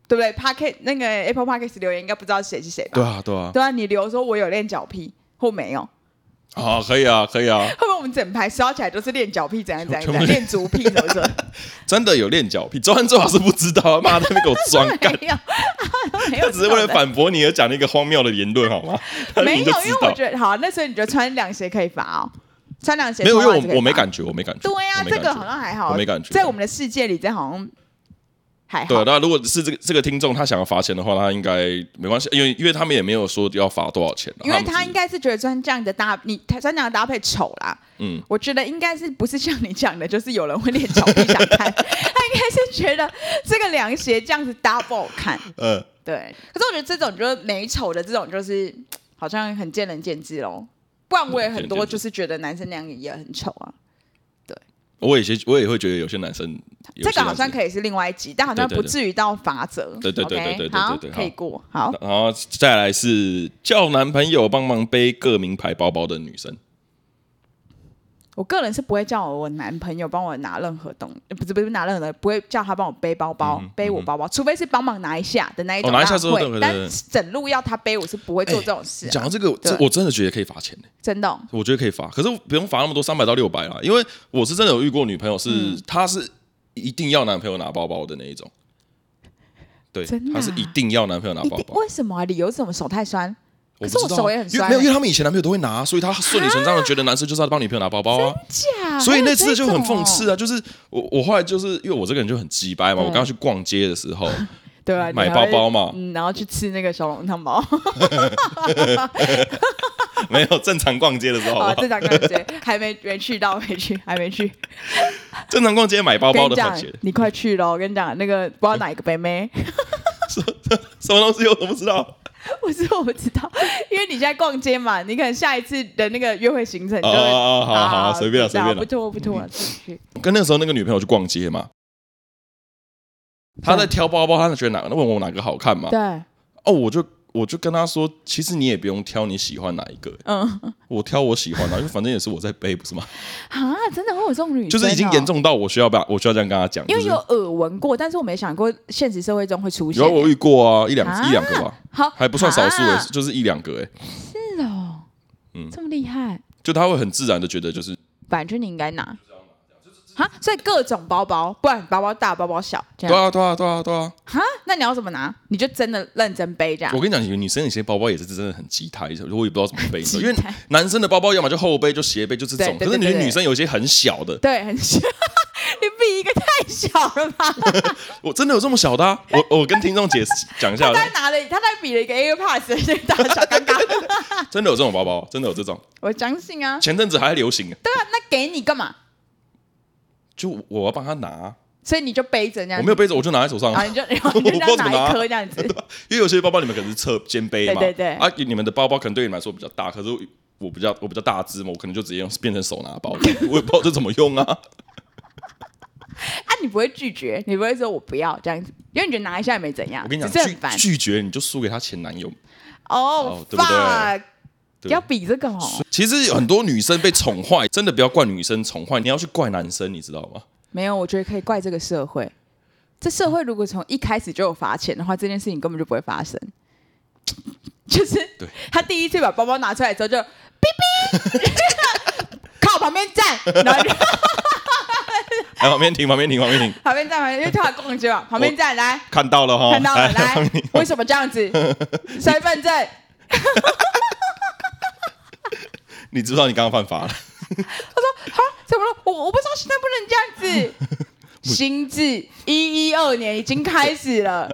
Speaker 2: 对不对 p a c k e t 那个 Apple p a c k e t 留言应该不知道谁是谁吧？
Speaker 1: 对啊，对啊，
Speaker 2: 对啊，你留说我有练脚癖或没有，
Speaker 1: 好、可以啊，可以啊，
Speaker 2: 会不会我们整排烧起来都是练脚癖怎样怎样
Speaker 1: 全
Speaker 2: 怎
Speaker 1: 部
Speaker 2: 样，练足癖什么什么？
Speaker 1: 真的有练脚癖，周安周老师不知道啊，妈的，那边给我装 干，
Speaker 2: 没有，没
Speaker 1: 他
Speaker 2: 有这种的，
Speaker 1: 只是为了反驳你而讲了一个荒谬的言论，好吗？他
Speaker 2: 没
Speaker 1: 明明
Speaker 2: 有
Speaker 1: 就，
Speaker 2: 因
Speaker 1: 知
Speaker 2: 为我
Speaker 1: 道
Speaker 2: 觉得好，那所以你觉得穿凉鞋可以罚哦？穿凉鞋
Speaker 1: 没有，因
Speaker 2: 穿袜
Speaker 1: 为
Speaker 2: 子可以
Speaker 1: 我我没
Speaker 2: 吧
Speaker 1: 感觉，我没感觉。
Speaker 2: 对啊呀、
Speaker 1: 我没
Speaker 2: 这
Speaker 1: 感
Speaker 2: 个
Speaker 1: 觉
Speaker 2: 好像还好，
Speaker 1: 我没感觉
Speaker 2: 在我们的世界里，这好像还
Speaker 1: 对啊，
Speaker 2: 好。
Speaker 1: 那如果是这个这个听众他想要罚钱的话，他应该没关系，因为因为他们也没有说要罚多少钱啊，
Speaker 2: 因为
Speaker 1: 们只
Speaker 2: 他应该是觉得穿这样的搭，你穿这样的搭配丑啦。
Speaker 1: 嗯，
Speaker 2: 我觉得应该是不是像你讲的，就是有人会练脚不想看， 他应该是觉得这个凉鞋这样子搭不好看。
Speaker 1: 呃，
Speaker 2: 对，可是我觉得这种就是美丑的这种，就是好像很见仁见智喽。不然我也很
Speaker 1: 见仁
Speaker 2: 多
Speaker 1: 见智
Speaker 2: 就是觉得男生那样也很丑啊。
Speaker 1: 我有些我也会觉得有些男生有
Speaker 2: 这
Speaker 1: 些
Speaker 2: 个好
Speaker 1: 男
Speaker 2: 像
Speaker 1: 生
Speaker 2: 可以是另外一集，但好像
Speaker 1: 对对
Speaker 2: 不
Speaker 1: 对
Speaker 2: 至于到法则。
Speaker 1: 对对对对
Speaker 2: OK，
Speaker 1: 对对
Speaker 2: 好
Speaker 1: 对对
Speaker 2: 可以
Speaker 1: 好
Speaker 2: 过。好，
Speaker 1: 然后再来是叫男朋友帮忙背各名牌包包的女生，
Speaker 2: 我个人是不会叫我男朋友帮我拿任何东，呃不是不是拿任何东西，不会叫他帮我背包包、
Speaker 1: 嗯哼
Speaker 2: 背我包包，除非是帮忙拿一下的那一种，
Speaker 1: 哦拿一下
Speaker 2: 当然
Speaker 1: 之后
Speaker 2: 会，
Speaker 1: 对对对对
Speaker 2: 但是整路要他背，我是不会做这种事、啊
Speaker 1: 讲到这个，这
Speaker 2: 对
Speaker 1: 我真的觉得可以罚钱欸
Speaker 2: 真的哦、
Speaker 1: 我觉得可以罚，可是不用罚那么多，三百到六百啦。因为我是真的有遇过女朋友是，
Speaker 2: 嗯
Speaker 1: 她是一定要男朋友拿包包的那一种，对，
Speaker 2: 真的啊
Speaker 1: 她是一定要男朋友拿
Speaker 2: 一
Speaker 1: 包
Speaker 2: 定
Speaker 1: 包。
Speaker 2: 为什么啊？理由是什么？手太酸？
Speaker 1: 我
Speaker 2: 可
Speaker 1: 不
Speaker 2: 是我
Speaker 1: 知道啊
Speaker 2: 手也很
Speaker 1: 因为
Speaker 2: 酸
Speaker 1: 没有，
Speaker 2: 欸
Speaker 1: 因为他们以前男朋友都会拿，所以他顺理成章的觉得男生就是要帮女朋友拿包包啊。
Speaker 2: 假？
Speaker 1: 所以那次就很讽
Speaker 2: 还有这种
Speaker 1: 刺啊，就是我我后来就是因为我这个人就很鸡掰
Speaker 2: 嗯
Speaker 1: 嘛，我刚刚去逛街的 时候，
Speaker 2: 哦，对啊，
Speaker 1: 买
Speaker 2: 你还
Speaker 1: 包
Speaker 2: 会
Speaker 1: 包嘛
Speaker 2: 嗯，然后去吃那个小笼汤包，
Speaker 1: 没有正常逛街的时 候，好
Speaker 2: 啊，
Speaker 1: 不好
Speaker 2: 这场感觉还没没去到，没去，还没去。
Speaker 1: 正常逛街买包
Speaker 2: 跟
Speaker 1: 包的
Speaker 2: 你讲
Speaker 1: 环节，，
Speaker 2: 你快去咯！我跟你讲，那个不知道哪一个 北妹，
Speaker 1: 什么东西我都不知道。
Speaker 2: 我说我不知道，因为你现在逛街嘛，你可能下一次的那个约会行程就
Speaker 1: 哦
Speaker 2: 会啊
Speaker 1: 哦哦好好随便啦随便啦啊嗯
Speaker 2: 不拖不拖，继续。
Speaker 1: 跟那时候那个女朋友去逛街嘛，她在挑包包，她觉得哪问我哪个好看嘛，
Speaker 2: 对，
Speaker 1: 哦，我就我就跟她说，其实你也不用挑你喜欢哪一个，
Speaker 2: 嗯，
Speaker 1: 我挑我喜欢的，因为反正也是我在背，不是吗？
Speaker 2: 啊，真的会有这种女
Speaker 1: 就
Speaker 2: 生哦
Speaker 1: 是已经严，重到我需要把我需要这样跟她讲，
Speaker 2: 因
Speaker 1: 就
Speaker 2: 为
Speaker 1: 是
Speaker 2: 有耳闻过，但是我没想过现实社会中会出现
Speaker 1: 有啊。我遇过啊，一两
Speaker 2: 啊
Speaker 1: 一两个吧，
Speaker 2: 好，
Speaker 1: 还不算少数
Speaker 2: 啊
Speaker 1: 欸，就是一两个哎，
Speaker 2: 是哦，
Speaker 1: 嗯
Speaker 2: 这么厉害，
Speaker 1: 就她会很自然的觉得就是
Speaker 2: 本来就你应该拿。啊，所以各种包包，不然包包大包包小这
Speaker 1: 对
Speaker 2: 样。
Speaker 1: 啊对啊对啊对啊，
Speaker 2: 哈，那你要怎么拿？你就真的认真背这样
Speaker 1: 我。跟你讲，有女生有些包包也是真的很鸡胎，我也不知道怎么 背，
Speaker 2: 鸡
Speaker 1: 因
Speaker 2: 胎
Speaker 1: 为男生的包包要么就后背就斜背就这种，
Speaker 2: 对
Speaker 1: 可
Speaker 2: 对
Speaker 1: 是你
Speaker 2: 对对对
Speaker 1: 女生有些很小的，
Speaker 2: 对，很小， 你比一个太小了吧？
Speaker 1: 我真的有这么小的、 啊？我我跟听众解释讲一下
Speaker 2: 他，才拿了，他才比了一个 AirPods 的这个大小，刚刚
Speaker 1: 真的有这种包包，真的有这种，
Speaker 2: 我相信啊。
Speaker 1: 前阵子还流行，
Speaker 2: 对啊，那给你干嘛？
Speaker 1: 就我要帮他拿，
Speaker 2: 所以你就背着那样
Speaker 1: 我
Speaker 2: 子，
Speaker 1: 没有背着，我就拿在手上，
Speaker 2: 啊，你就然后你就
Speaker 1: 我不
Speaker 2: 这样
Speaker 1: 知道怎么
Speaker 2: 拿
Speaker 1: 拿啊
Speaker 2: 一颗这样子，
Speaker 1: 因为有些包包你们可能是侧肩背嘛，
Speaker 2: 对对对
Speaker 1: 啊，你们的包包可能对你们来说比较大，可是我比较我比较大只嘛，我可能就直接用变成手拿 包，我也不知道这怎么用啊，
Speaker 2: 啊，你不会拒绝，你不会说我不要这样子，因为你觉得拿一下也没怎样，
Speaker 1: 我跟你
Speaker 2: 只是
Speaker 1: 讲，
Speaker 2: 很烦
Speaker 1: 拒拒绝你就输给她前男友，
Speaker 2: 哦
Speaker 1: 哦，对不对
Speaker 2: fuck，
Speaker 1: 对
Speaker 2: 要比这个哦，
Speaker 1: 其实有很多女生被宠坏，真的不要怪女生宠坏，你要去怪男生，你知道吗？
Speaker 2: 没有，我觉得可以怪这个社会。这社会如果从一开始就有罚钱的话，这件事情根本就不会 发生。就是
Speaker 1: 对
Speaker 2: 他第一次把包包拿出来之后就哔哔， 靠旁边站，然后就
Speaker 1: 来哎旁边停，旁边停，旁边停，
Speaker 2: 旁边站，旁边因为他逛街嘛，旁边站来
Speaker 1: 看到了哈，哎
Speaker 2: 看到了来
Speaker 1: 哦旁边停，
Speaker 2: 为什么这样子？身份证
Speaker 1: 你知不知道你刚刚犯法了？
Speaker 2: 哈怎么了？我我不知道现在不能这样 子。心智一一二年已经开 始了，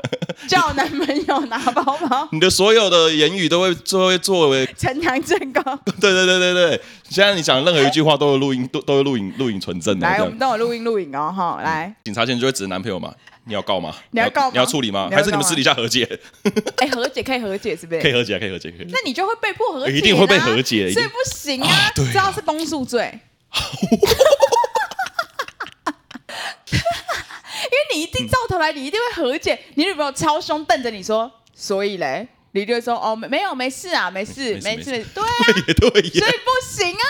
Speaker 2: 叫男朋友拿包包，
Speaker 1: 你的所有的言语都会都会作为，
Speaker 2: 呈堂证供。
Speaker 1: 对对对对对，现在你讲任何一句话都有录音，都都有录影录影存证的。
Speaker 2: 来，
Speaker 1: 这样
Speaker 2: 我们等我录音录影哦，
Speaker 1: 嗯
Speaker 2: 哈，来，
Speaker 1: 警察现在就会指着男朋友嘛，你要告吗？
Speaker 2: 你要告吗
Speaker 1: 你要处理吗？
Speaker 2: 你要告吗
Speaker 1: 还是你们私底下和解？
Speaker 2: 哎，和解可以和解是不
Speaker 1: 可以
Speaker 2: 是？
Speaker 1: 和解，可以和解，可以和解。
Speaker 2: 那你就会被迫和解啦，
Speaker 1: 一定会被和解一
Speaker 2: 所
Speaker 1: 定
Speaker 2: 以不行啊
Speaker 1: 啊，对啊
Speaker 2: 这要是公诉罪。 因为你一定到头来，你一定会和解。你女朋友超凶瞪着你说，所以嘞，你就会说哦，没没有，没事啊，没事，
Speaker 1: 没 没事
Speaker 2: 没事，没事对啊，
Speaker 1: 也对
Speaker 2: 所
Speaker 1: 耶。
Speaker 2: 以不行啊。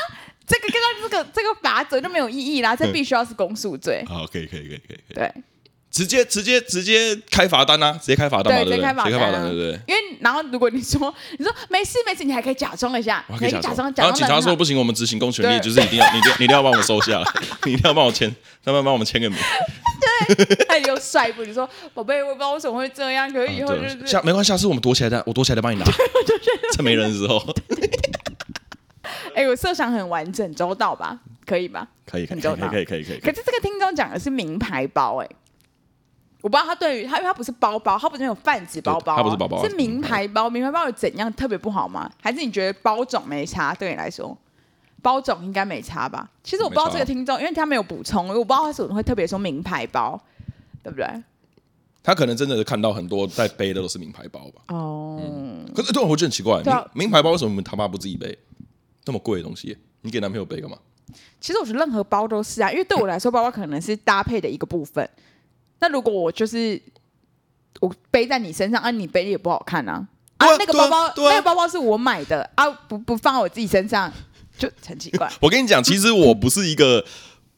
Speaker 2: 这个跟他这个这个法则就没有意义啦，这必须要是公诉罪。
Speaker 1: 好，啊可以，可以，可以，可以，可以，
Speaker 2: 对，
Speaker 1: 直接直接直接开罚单啊，直接开罚单嘛，
Speaker 2: 对，
Speaker 1: 对不对？
Speaker 2: 开罚
Speaker 1: 直接开罚单，
Speaker 2: 啊
Speaker 1: 对不对？
Speaker 2: 因为然后如果你说 你说没事没事，你还可以假装一下，
Speaker 1: 我
Speaker 2: 你
Speaker 1: 还可以
Speaker 2: 还可以假装假
Speaker 1: 然
Speaker 2: 装
Speaker 1: 后警察
Speaker 2: 得很
Speaker 1: 说
Speaker 2: 好
Speaker 1: 不行，我们执行公权力，
Speaker 2: 对
Speaker 1: 就是一定要，你一 定你一定要帮我们收下来，你一定要帮我签，他们帮我们签个 名。
Speaker 2: 哎，又帅不？你说宝贝，我也不知道为什么会这样，可是以后就
Speaker 1: 嗯对，
Speaker 2: 是
Speaker 1: 下 没关系，下次我们躲起来再，我躲起来再帮你拿。趁没人的时候，
Speaker 2: 哎、我设想很完整周到吧？可以吧？
Speaker 1: 可以可以
Speaker 2: 你
Speaker 1: 可
Speaker 2: 做
Speaker 1: 以
Speaker 2: 到
Speaker 1: 可以可以可以可
Speaker 2: 可
Speaker 1: 以，
Speaker 2: 是这个听众讲的是名牌包、哎，我不知道他对于他，因为他不是包包，他不是那种贩子包包啊、
Speaker 1: 对他不是包包啊
Speaker 2: 是名牌包。名牌包有怎样特别不好吗？还是你觉得包种没差？对你来说，包种应该没差吧？其实我不知道
Speaker 1: 没差啊
Speaker 2: 这个听众，因为他没有补充，我不知道他为什么会特别说名牌包，对不对？
Speaker 1: 他可能真的是看到很多在背的都是名牌包吧。
Speaker 2: 哦、
Speaker 1: 可是对我觉得很奇怪，
Speaker 2: 对啊
Speaker 1: 名名牌包为什么你们他妈不自己背？那么贵的东西，你给男朋友背干嘛？
Speaker 2: 其实我觉得任何包都是啊，因为对我来说，包包可能是搭配的一个部分。那如果我就是我背在你身上，啊，你背的也不好看啊。啊
Speaker 1: 对啊，
Speaker 2: 那个
Speaker 1: 对啊
Speaker 2: 包包，
Speaker 1: 对啊
Speaker 2: 那个包包是我买的啊，不不放我自己身上，就很奇怪。
Speaker 1: 我跟你讲，其实我不是一个。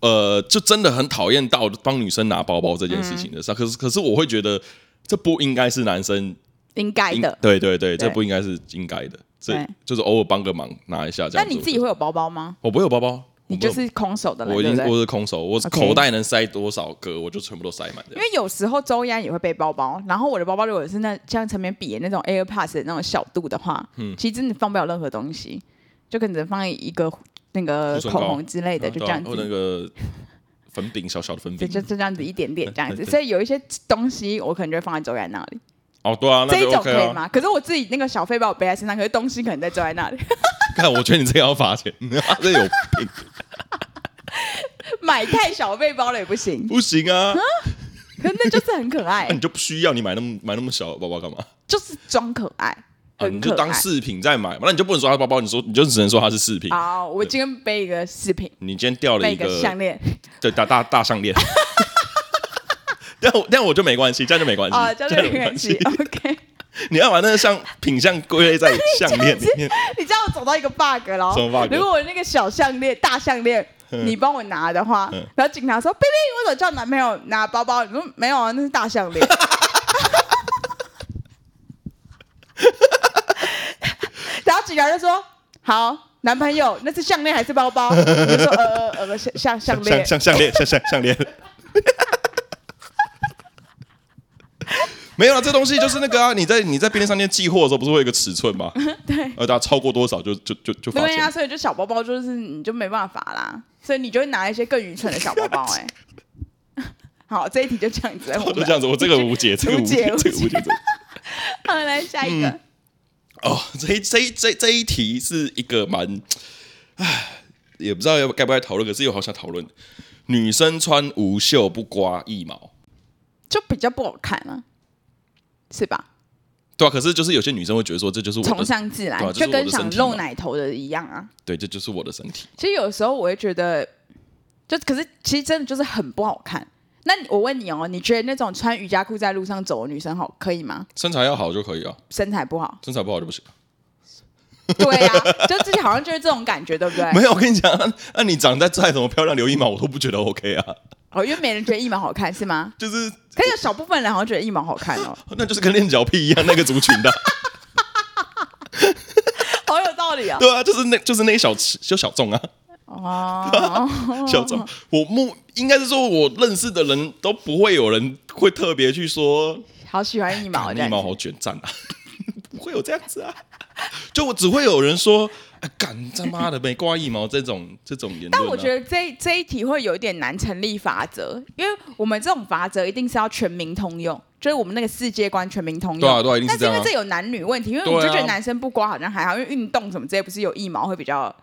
Speaker 1: 呃，就真的很讨厌到帮女生拿包包这件事情的
Speaker 2: 嗯
Speaker 1: 上，可是可是我会觉得这不应该是男生
Speaker 2: 应该
Speaker 1: 应
Speaker 2: 的。
Speaker 1: 对对对，
Speaker 2: 对
Speaker 1: 这不应该是应该的，这
Speaker 2: 对
Speaker 1: 就是偶尔帮个忙拿一下这
Speaker 2: 那
Speaker 1: 样子。
Speaker 2: 你自己会有包包吗？
Speaker 1: 我不会有包包，
Speaker 2: 你
Speaker 1: 我不会
Speaker 2: 就
Speaker 1: 有
Speaker 2: 是空手的人，
Speaker 1: 我已
Speaker 2: 对
Speaker 1: 经
Speaker 2: 不对？
Speaker 1: 我是空手，我
Speaker 2: OK
Speaker 1: 口袋能塞多少个，我就全部都塞满这样。
Speaker 2: 因为有时候周安也会背包包，然后我的包包如果是那像陈面比的那种 AirPods 的那种小度的话，
Speaker 1: 嗯
Speaker 2: 其实真的放不了任何东西，就可能只能放一个那个
Speaker 1: 护唇
Speaker 2: 口
Speaker 1: 膏嗯啊
Speaker 2: 红之类的，就这样子。
Speaker 1: 或那个粉饼小小的粉
Speaker 2: 就
Speaker 1: 饼。
Speaker 2: 就就这样子一点点这样
Speaker 1: 嗯对
Speaker 2: 子，
Speaker 1: 对
Speaker 2: 所以有一些东西我可能就会放在周然那里，
Speaker 1: 哦，对啊，那
Speaker 2: 这一
Speaker 1: 就
Speaker 2: 种
Speaker 1: OK
Speaker 2: 可以
Speaker 1: 啊。
Speaker 2: 吗？可是我自己那个小背包我背在身上，可是东西可能在周在那里，
Speaker 1: 看，我觉得你这个要罚 钱，这有病，
Speaker 2: 买太小背包了也不行，
Speaker 1: 不行 啊！
Speaker 2: 可是那就是很可爱
Speaker 1: 那，你就不需要，你买那么买那么小的包包干嘛？
Speaker 2: 就是装可爱，
Speaker 1: 啊，
Speaker 2: 很
Speaker 1: 你
Speaker 2: 可
Speaker 1: 就当
Speaker 2: 爱。
Speaker 1: 饰品在买嘛，那你就不能说它包包，你说你就只能说它是饰品。
Speaker 2: 好，我今天背一个饰品，
Speaker 1: 啊你今天掉了
Speaker 2: 背
Speaker 1: 一
Speaker 2: 一个
Speaker 1: 个
Speaker 2: 项链，
Speaker 1: 对，大大大项链。 但我但我就没关系，这样就没关系，
Speaker 2: 啊，叫
Speaker 1: 哦这
Speaker 2: 做
Speaker 1: 样就
Speaker 2: 没
Speaker 1: 没
Speaker 2: 关
Speaker 1: 关
Speaker 2: 系。OK，
Speaker 1: 你要把那个项品相归类在项链里面，
Speaker 2: 你知道我走到一个 bug 了哦。
Speaker 1: 什么 bug？嗯
Speaker 2: 如果我那个小项链、大项链，你帮我拿的话，然后警察说：“贝贝，我怎么叫男朋友拿包包？”你说：“没有啊，那是大项链。” 然后警察就说：“好，男朋友，那是项链还是包包？”你就说：“呃呃呃，项项项
Speaker 1: 项
Speaker 2: 链。
Speaker 1: 项项链，项项项链。没有啊，这东西就是那个啊，你在你在便利商店寄货的时候，不是会有一个尺寸吗？ 对，呃，大家超过多少就就就就”罚
Speaker 2: 对
Speaker 1: 钱
Speaker 2: 啊，。所以就小包包就是你就没办法啦，所以你就会拿一些更愚蠢的小包包、 哎，好，这一题就这样子，
Speaker 1: 我就这样子，我这个无解，这个无
Speaker 2: 无解
Speaker 1: 这个无解。这个
Speaker 2: 好，来下一个。
Speaker 1: 嗯哦，这一这一这这一题是一个蛮，唉，也不知道要该不该讨论，可是又好想讨论。女生穿无袖不刮腋毛，
Speaker 2: 就比较不好看啊，是吧？
Speaker 1: 对啊，可是就是有些女生会觉得说，这就是我
Speaker 2: 崇
Speaker 1: 的，
Speaker 2: 尚自然，
Speaker 1: 对啊这是
Speaker 2: 就
Speaker 1: 我的
Speaker 2: 跟想
Speaker 1: 身体嘛
Speaker 2: 露奶头的一样啊。
Speaker 1: 对，这就是我的身体。
Speaker 2: 其实有时候我会觉得，就可是其实真的就是很不好看。那你我问你哦，你觉得那种穿瑜伽裤在路上走的女生好可以吗？
Speaker 1: 身材要好就可以啊，
Speaker 2: 身材
Speaker 1: ，
Speaker 2: 不好
Speaker 1: 身材不好就不行。
Speaker 2: 对啊，就自己好像就是这种感觉，对不对？
Speaker 1: 没有，我跟你讲，那那你长得再怎么漂亮，留一毛我都不觉得 OK 啊。
Speaker 2: 哦，因为没人觉得一毛好看是吗？
Speaker 1: 就是
Speaker 2: 可是有少部分人好像觉得一毛好看 哦，
Speaker 1: 那就是跟练脚癖一样那个族群 的，
Speaker 2: 好有道理哦。
Speaker 1: 对啊，就是那就是那一小就小众啊，
Speaker 2: 哦，
Speaker 1: 小众。我目应该是说，我认识的人都不会有人会特别去说
Speaker 2: 好喜欢一毛
Speaker 1: 干
Speaker 2: 这
Speaker 1: 那一
Speaker 2: 样子
Speaker 1: 毛好卷赞啊，不会有这样子啊。就我只会有人说，哎，干他妈的没刮一毛这种这种言论、啊。
Speaker 2: 但我觉得这这一题会有一点难成立法则，因为我们这种法则一定是要全民通用，就是我们那个世界观全民通用。
Speaker 1: 对啊对啊一定是
Speaker 2: 但是
Speaker 1: 这样啊
Speaker 2: 因为这有男女问题，因为
Speaker 1: 对啊
Speaker 2: 我就觉得男生不刮好像还好，因为运动什么之类不是有腋毛会比较，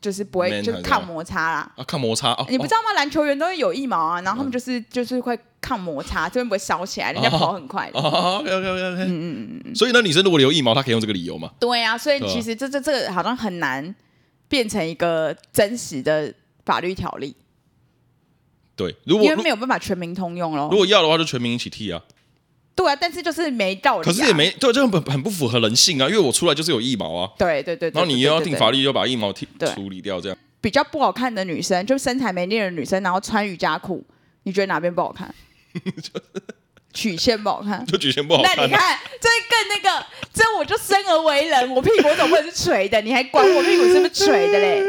Speaker 2: 就是不
Speaker 1: Man
Speaker 2: 会就
Speaker 1: 还
Speaker 2: 是
Speaker 1: 是
Speaker 2: 抗摩擦啦。
Speaker 1: 啊，看摩擦哦，
Speaker 2: 你不知
Speaker 1: 道、
Speaker 2: 道吗？篮球员都会有腋毛
Speaker 1: 哦
Speaker 2: 啊，然后他们就是就是会抗摩擦，这边不会烧起来，人家跑很快 的。
Speaker 1: 哦、哦，OK OK OK，嗯嗯嗯。所以呢，女生如果留一毛，她可以用这个理由嘛？
Speaker 2: 对啊，所以
Speaker 1: 对啊
Speaker 2: 其实这这这个好像很难变成一个真实的法律条例，
Speaker 1: 对，如果
Speaker 2: 因为没有办法全民通用喽
Speaker 1: 如。果要的话，就全民一起剃啊。
Speaker 2: 对啊，但是就是没道理、啊。
Speaker 1: 可是也没对，这很很不符合人性啊，因为我出来就是有腋毛啊，
Speaker 2: 对对对对
Speaker 1: 然后你又要定法
Speaker 2: 律，
Speaker 1: 律，又把腋毛剃
Speaker 2: 对
Speaker 1: 处理掉，这样
Speaker 2: 比较不好看的女生，就身材没练的女生，然后穿瑜伽裤，你觉得哪边不 好看？曲线不好看。
Speaker 1: 就举线不好
Speaker 2: 那
Speaker 1: 看
Speaker 2: 你
Speaker 1: 啊。
Speaker 2: 看，这更那个，这我就生而为人，我屁股怎么会是垂的？你还管我屁股是不是垂的嘞？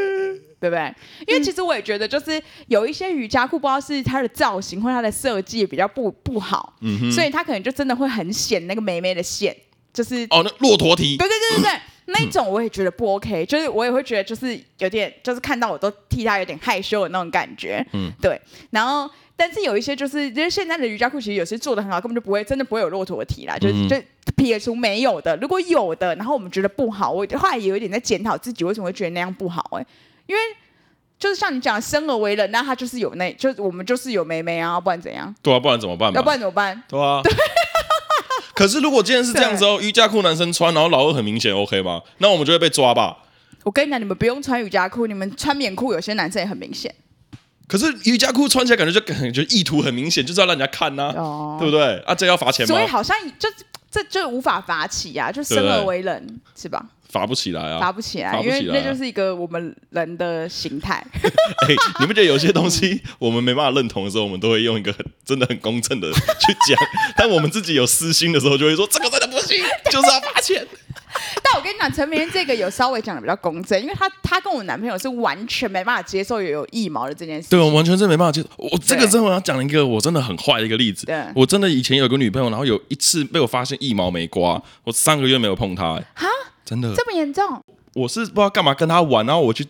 Speaker 2: 对不对？因为其实我也觉得，就是有一些瑜伽裤，不知道是它的造型或它的设计比较不不好，
Speaker 1: 嗯
Speaker 2: 所以它可能就真的会很显那个美眉的线，就是
Speaker 1: 哦，那骆驼蹄
Speaker 2: 对对对对对，那一种我也觉得不 OK，、就是我也会觉得就是有点就是看到我都替他有点害羞的那种感觉，嗯，对。然后但是有一些就是就是现在的瑜伽裤其实有些做的很好，根本就不会真的不会有骆驼蹄啦，就是、
Speaker 1: 嗯
Speaker 2: 就撇除没有的，如果有的，然后我们觉得不好，我后来也有一点在检讨自己为什么会觉得那样不好、哎，因为。就是像你讲，生而为人，那他就是有那，就是我们就是有妹妹啊，不然怎样？
Speaker 1: 对啊，不然怎么办嘛？
Speaker 2: 要不然怎么办？
Speaker 1: 对啊。 可是如果今天是这样子哦，瑜伽裤男生穿，然后老二很明显 OK 吗？那我们就会被抓吧。
Speaker 2: 我跟你讲，你们不用穿瑜伽裤，你们穿棉裤，有些男生也很明显
Speaker 1: 可是瑜伽裤穿起来感觉就感觉意图很明显，就是要让人家看呐、
Speaker 2: 哦。
Speaker 1: 对不对？啊，这要罚钱吗
Speaker 2: 所？以好像就这就无法罚起呀、就生而为人是吧？
Speaker 1: 罚不起来啊！
Speaker 2: 罚不起来，
Speaker 1: 罚不
Speaker 2: 因
Speaker 1: 起来啊
Speaker 2: 为那就是一个我们人的形态。
Speaker 1: 哎、你不觉得有些东西我们没办法认同的时候，我们都会用一个很真的很公正的去 讲，但我们自己有私心的时候，就会说这个真的不行，就是要罚钱。
Speaker 2: 但我跟你讲，陈明仁这个有稍微讲的比较公正，因为他他跟我男朋友是完全没办法接受有腋毛的这件事。
Speaker 1: 对，我完全是没办法接受。我这个
Speaker 2: 对
Speaker 1: 真的我要讲一个我真的很坏的一个例子
Speaker 2: 对。
Speaker 1: 我真的以前有个女朋友，然后有一次被我发现一毛没刮，我三个月没有碰她、欸。
Speaker 2: 哈，
Speaker 1: 真的，
Speaker 2: 这么严重？
Speaker 1: 我是不知道干嘛跟她玩，然后我去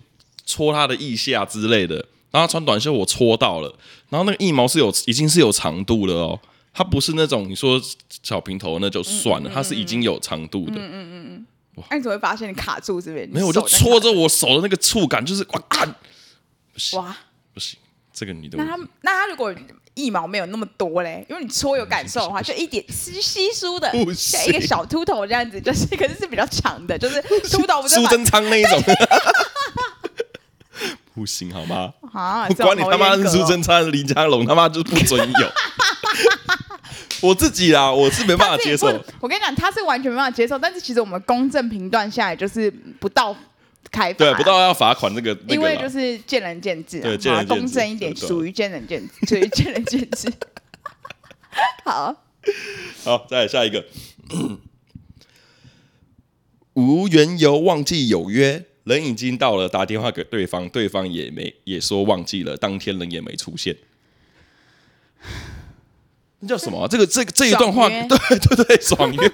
Speaker 1: 戳她的腋下之类的，然后她穿短袖我戳到了，然后那个腋毛是有已经是有长度了哦。它不是那种你说小平头那就算了，
Speaker 2: 嗯
Speaker 1: 它是已经有长度的。
Speaker 2: 那你怎么会发现你卡住这边？
Speaker 1: 没有，我就
Speaker 2: 手在卡
Speaker 1: 戳着我手的那个触感，就是哇，干
Speaker 2: 哇，
Speaker 1: 不行，这个女的
Speaker 2: 那他那他如果腋毛没有那么多嘞，因为你戳有感受 的话，就一点稀稀疏的
Speaker 1: 不，行
Speaker 2: 像一个小秃头这样子，就是可是是比较长的，就是秃头 不是
Speaker 1: 苏
Speaker 2: 把
Speaker 1: 贞昌那一 种。不行好吗？
Speaker 2: 啊，
Speaker 1: 不
Speaker 2: 这种
Speaker 1: 管你
Speaker 2: 好
Speaker 1: 他妈
Speaker 2: 严
Speaker 1: 是
Speaker 2: 格
Speaker 1: 苏
Speaker 2: 哦
Speaker 1: 贞昌、林家龙，他妈就是不准 有。我自己啦，我是没办法接受
Speaker 2: 他自己。不我跟你讲，他是完全没办法接受，但是其实我们公正评断下来，就是不到开发，
Speaker 1: 对，
Speaker 2: 啊
Speaker 1: 不。到要罚款那个那
Speaker 2: 因
Speaker 1: 个
Speaker 2: 为就
Speaker 1: 啦，
Speaker 2: 是见仁见智、啊，
Speaker 1: 对见仁见智
Speaker 2: 好公正一点，
Speaker 1: 对对
Speaker 2: 属于见仁见 智，属于见仁见智。 好，
Speaker 1: 好，再来下一个。 无缘由忘记有约，人已经到了，打电话给对方，对方也没也说忘记了，当天人也没出现。那叫什么啊、这个这个这一段话，
Speaker 2: 爽约
Speaker 1: 对对对，爽 约。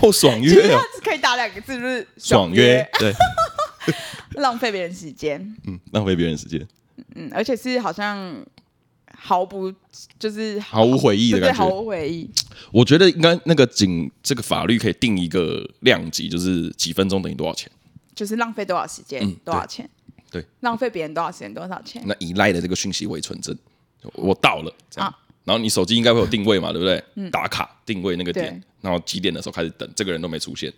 Speaker 1: 哦，爽
Speaker 2: 其实
Speaker 1: 约
Speaker 2: 他
Speaker 1: 哦，
Speaker 2: 只可以打两个字，就是
Speaker 1: 爽约，对，
Speaker 2: 浪费别人时间。
Speaker 1: 嗯，浪费别人时间，
Speaker 2: 嗯，而且是好像毫不就是
Speaker 1: 毫无悔意的
Speaker 2: 对对
Speaker 1: 感
Speaker 2: 毫
Speaker 1: 觉。
Speaker 2: 无悔意。
Speaker 1: 我觉得应该那个仅这个法律可以定一个量级，就是几分钟等于多少钱。
Speaker 2: 就是浪费多少时间、
Speaker 1: 嗯
Speaker 2: 多少钱，
Speaker 1: 对嗯对
Speaker 2: 浪费别人多少时间多少钱。
Speaker 1: 那依赖的这个讯息为纯正，我到了这样。
Speaker 2: 啊嗯
Speaker 1: 然后你手机应该会有定位嘛，对不对？打卡定位那个点
Speaker 2: 对，嗯
Speaker 1: 然后几点的时候开始等，这个人都没出现。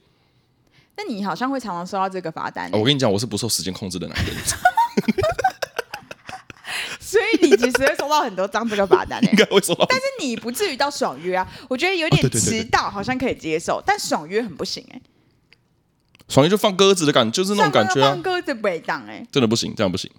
Speaker 2: 那你好像会常常收到这个罚单、
Speaker 1: 哦我跟你讲，我是不受时间控制的男 人，
Speaker 2: 所以你其实会收到很多张这个罚 单、欸
Speaker 1: 应。该会受到。
Speaker 2: 但是你不至于到爽约啊，我觉得有
Speaker 1: 哦对
Speaker 2: 点
Speaker 1: 对对对
Speaker 2: 迟到好像可以接受，但爽约很不行哎、
Speaker 1: 爽约就放鸽子的感觉，就是那种感觉啊
Speaker 2: 放，鸽子尾档哎，
Speaker 1: 真的不行，这样不行。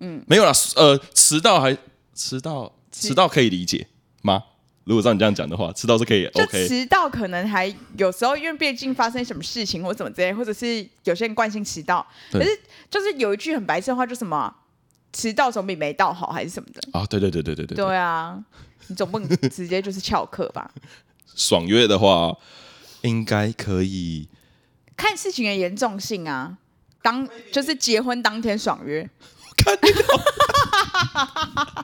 Speaker 1: 嗯，没有啦，呃，迟到还迟到，
Speaker 2: 迟
Speaker 1: 迟到可以理解吗？如果照你这样讲的话，迟到是可以
Speaker 2: 就
Speaker 1: OK。
Speaker 2: 迟到可能还有时候因为毕竟发生什么事情或怎么之类，或者是有些人惯性迟到，
Speaker 1: 对
Speaker 2: 可是就是有一句很白痴的话，就什么啊迟到总比没到好还是什么的。
Speaker 1: 啊，对对对对对对，
Speaker 2: 对啊，你总不能直接就是翘课吧？
Speaker 1: 爽约的话应该可以。
Speaker 2: 看事情的严重性啊。当就是结婚当天爽约，
Speaker 1: 看你老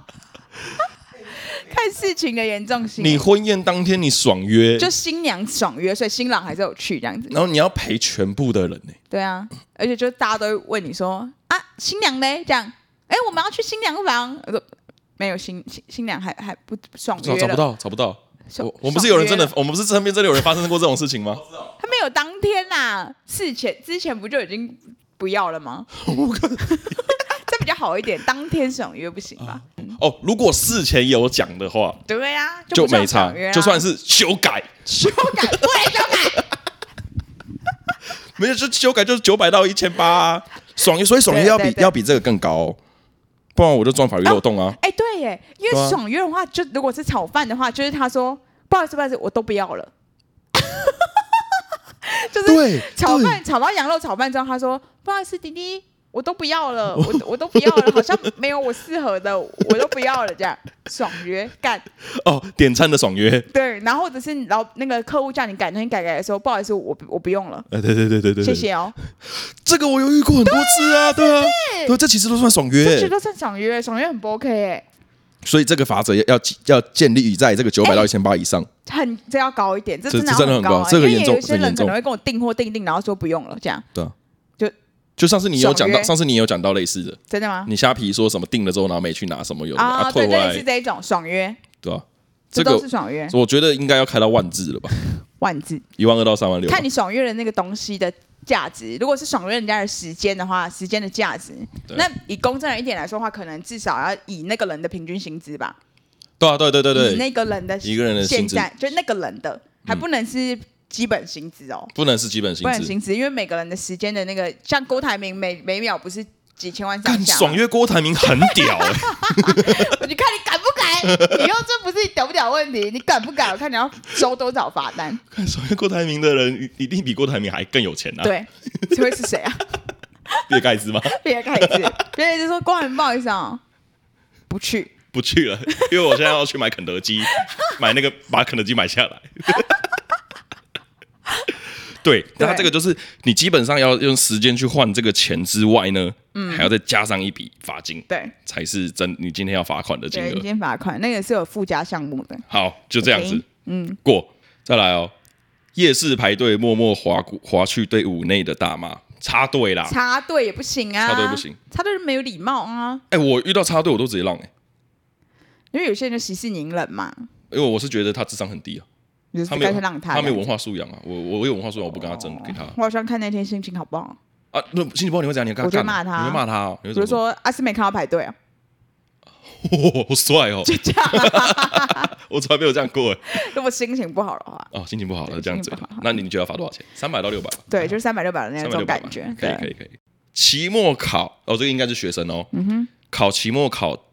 Speaker 2: 看事情的严重性啊、
Speaker 1: 你婚宴当天你爽约，
Speaker 2: 就新娘爽约，所以新郎还是有去这样子。
Speaker 1: 然后你要陪全部的人呢、
Speaker 2: 对啊，而且就大家都会问你说啊，新娘嘞？这样，哎、我们要去新娘房。我说没有新新新娘还还不爽约
Speaker 1: 找找
Speaker 2: 了，
Speaker 1: 不到，找不到。
Speaker 2: 爽
Speaker 1: 我我们不是有人真的
Speaker 2: 爽约，了
Speaker 1: 我们不是身边真的有人发生过这种事情吗？
Speaker 2: 他没有当天啦，事前之前不就已经不要了 吗？ 这比较好一点，当天爽约不行吧？
Speaker 1: 哦，如果事前有讲的话，
Speaker 2: 对呀、啊，
Speaker 1: 就
Speaker 2: 嗯不
Speaker 1: 没
Speaker 2: 算
Speaker 1: 差
Speaker 2: 爽约，啊
Speaker 1: 就算是修改，
Speaker 2: 修改，对，修改。
Speaker 1: 没有就修改就是九百到一千八，啊爽约，所以爽约
Speaker 2: 对
Speaker 1: 要比
Speaker 2: 对对
Speaker 1: 要比这个更高哦、不然我就钻法律漏洞啊。
Speaker 2: 哎、对耶，因
Speaker 1: 对啊
Speaker 2: 为爽约的话，就如果是炒饭的话，就是他说不好意思，不好意思，我都不要了。 就是
Speaker 1: 对
Speaker 2: 炒
Speaker 1: 对
Speaker 2: 饭炒到羊肉炒饭之后，他说不好意思，弟弟，我都不 要了，我我都不要了，好像没有我适合的，我都不要了，这样爽约干
Speaker 1: 哦，点餐的爽约，
Speaker 2: 对，然后或者是老那个客户叫你改东西改改的时候，不好意思，我不我不用了，
Speaker 1: 呃，对对对对对，
Speaker 2: 谢
Speaker 1: 对，
Speaker 2: 谢哦，
Speaker 1: 这个我有遇过很多次啊，对啊，对，这其实都算爽约
Speaker 2: 这
Speaker 1: 欸、
Speaker 2: 觉得算爽约，爽约很不 OK 哎、
Speaker 1: 所以这个法则要要要建立于在这个九百到一千八以上。
Speaker 2: 很这要高一点，这
Speaker 1: 这
Speaker 2: 真的要
Speaker 1: 这真的很
Speaker 2: 高、啊，
Speaker 1: 高这个
Speaker 2: 因为
Speaker 1: 严重
Speaker 2: 有些
Speaker 1: 这
Speaker 2: 人
Speaker 1: 严
Speaker 2: 可
Speaker 1: 重
Speaker 2: 能会跟我订货订一订，然后说不用了，这样
Speaker 1: 就上次你有讲
Speaker 2: 爽
Speaker 1: 到，
Speaker 2: 约
Speaker 1: 上次你有讲到类似的，
Speaker 2: 真的吗？
Speaker 1: 你虾皮说什么订了之后然后没去拿什么有的
Speaker 2: 啊，
Speaker 1: 啊退
Speaker 2: 对，
Speaker 1: 回
Speaker 2: 对，是
Speaker 1: 来，
Speaker 2: 这一种爽约，
Speaker 1: 对吧？
Speaker 2: 这
Speaker 1: 这
Speaker 2: 都
Speaker 1: 个
Speaker 2: 是爽约，
Speaker 1: 我觉得应该要开到万字了吧，
Speaker 2: 万字。
Speaker 1: 一万二到三万六。
Speaker 2: 看你爽约的那个东西的价值。如果是爽约人家的时间的话，时间的价值，
Speaker 1: 对
Speaker 2: 那以公正人一点来说的话，可能至少要以那个人的平均薪资吧，
Speaker 1: 对啊，对对对
Speaker 2: 以
Speaker 1: 对，
Speaker 2: 那个人的
Speaker 1: 一个人的薪
Speaker 2: 现
Speaker 1: 资
Speaker 2: 在就那个人的，还不能是基本薪资哦，
Speaker 1: 不能是基本薪
Speaker 2: 不能
Speaker 1: 资。
Speaker 2: 薪资，因为每个人的时间的那个，像郭台铭每每秒不是几千万上
Speaker 1: 干
Speaker 2: 下吗，
Speaker 1: 爽约郭台铭很屌 哎、
Speaker 2: 你看你敢不敢？以后这不是屌不屌问题，你敢不敢？我看你要收多少罚单。
Speaker 1: 看爽约郭台铭的人一定比郭台铭还更有钱 啊！，
Speaker 2: 对，这会是谁 啊？
Speaker 1: 别盖茨吗？
Speaker 2: 别开始，别人就说郭台铭不好意思啊，不去。
Speaker 1: 不去了， 因为我现在要去买肯德 基，买那个把肯德基买下来。 对，那它
Speaker 2: 对
Speaker 1: 这个就是你基本上要用时间去换这个钱之外呢，
Speaker 2: 嗯
Speaker 1: 还要再加上一笔罚金，
Speaker 2: 对，
Speaker 1: 才是真你今天要罚款的金
Speaker 2: 对，
Speaker 1: 额
Speaker 2: 人。间罚款那个是有附加项目的，
Speaker 1: 好，就这样
Speaker 2: OK，
Speaker 1: 子，嗯，过。再来哦，夜市排队默默划过划去队伍内的大妈插队啦，
Speaker 2: 插队也不行啊，
Speaker 1: 插队不行，
Speaker 2: 插队没有礼貌啊，
Speaker 1: 哎、我遇到插队我都直接让哎、
Speaker 2: 因为有些人就息事宁人嘛，
Speaker 1: 因为我是觉得他智商很低啊，
Speaker 2: 你就是
Speaker 1: 他没
Speaker 2: 干
Speaker 1: 有
Speaker 2: 脆让
Speaker 1: 他没有文化素养啊，我我有文化素养，我不跟他争，给他
Speaker 2: 我好像看那天心情好不好，
Speaker 1: 啊，那心情不好你会怎样？你会跟
Speaker 2: 我
Speaker 1: 他
Speaker 2: 就
Speaker 1: 干嘛？
Speaker 2: 骂他
Speaker 1: 你会骂他哦，你
Speaker 2: 比
Speaker 1: 会
Speaker 2: 如
Speaker 1: 怎么？
Speaker 2: 说阿斯没看到排队啊，
Speaker 1: 哇 好帅哦，
Speaker 2: 就这样啊，
Speaker 1: 我从来没有这样过哎。
Speaker 2: 如果心情不好的话，
Speaker 1: 哦，心情不好了，这样子
Speaker 2: 心情不好，
Speaker 1: 那你觉得要罚多少钱？三百到六百吧，
Speaker 2: 对，就是三百六百的那
Speaker 1: 啊三百
Speaker 2: 种
Speaker 1: 六百
Speaker 2: 感觉，
Speaker 1: 可以可
Speaker 2: 对，
Speaker 1: 以可以。期末考哦，这个应该是学生哦，嗯哼，考期末考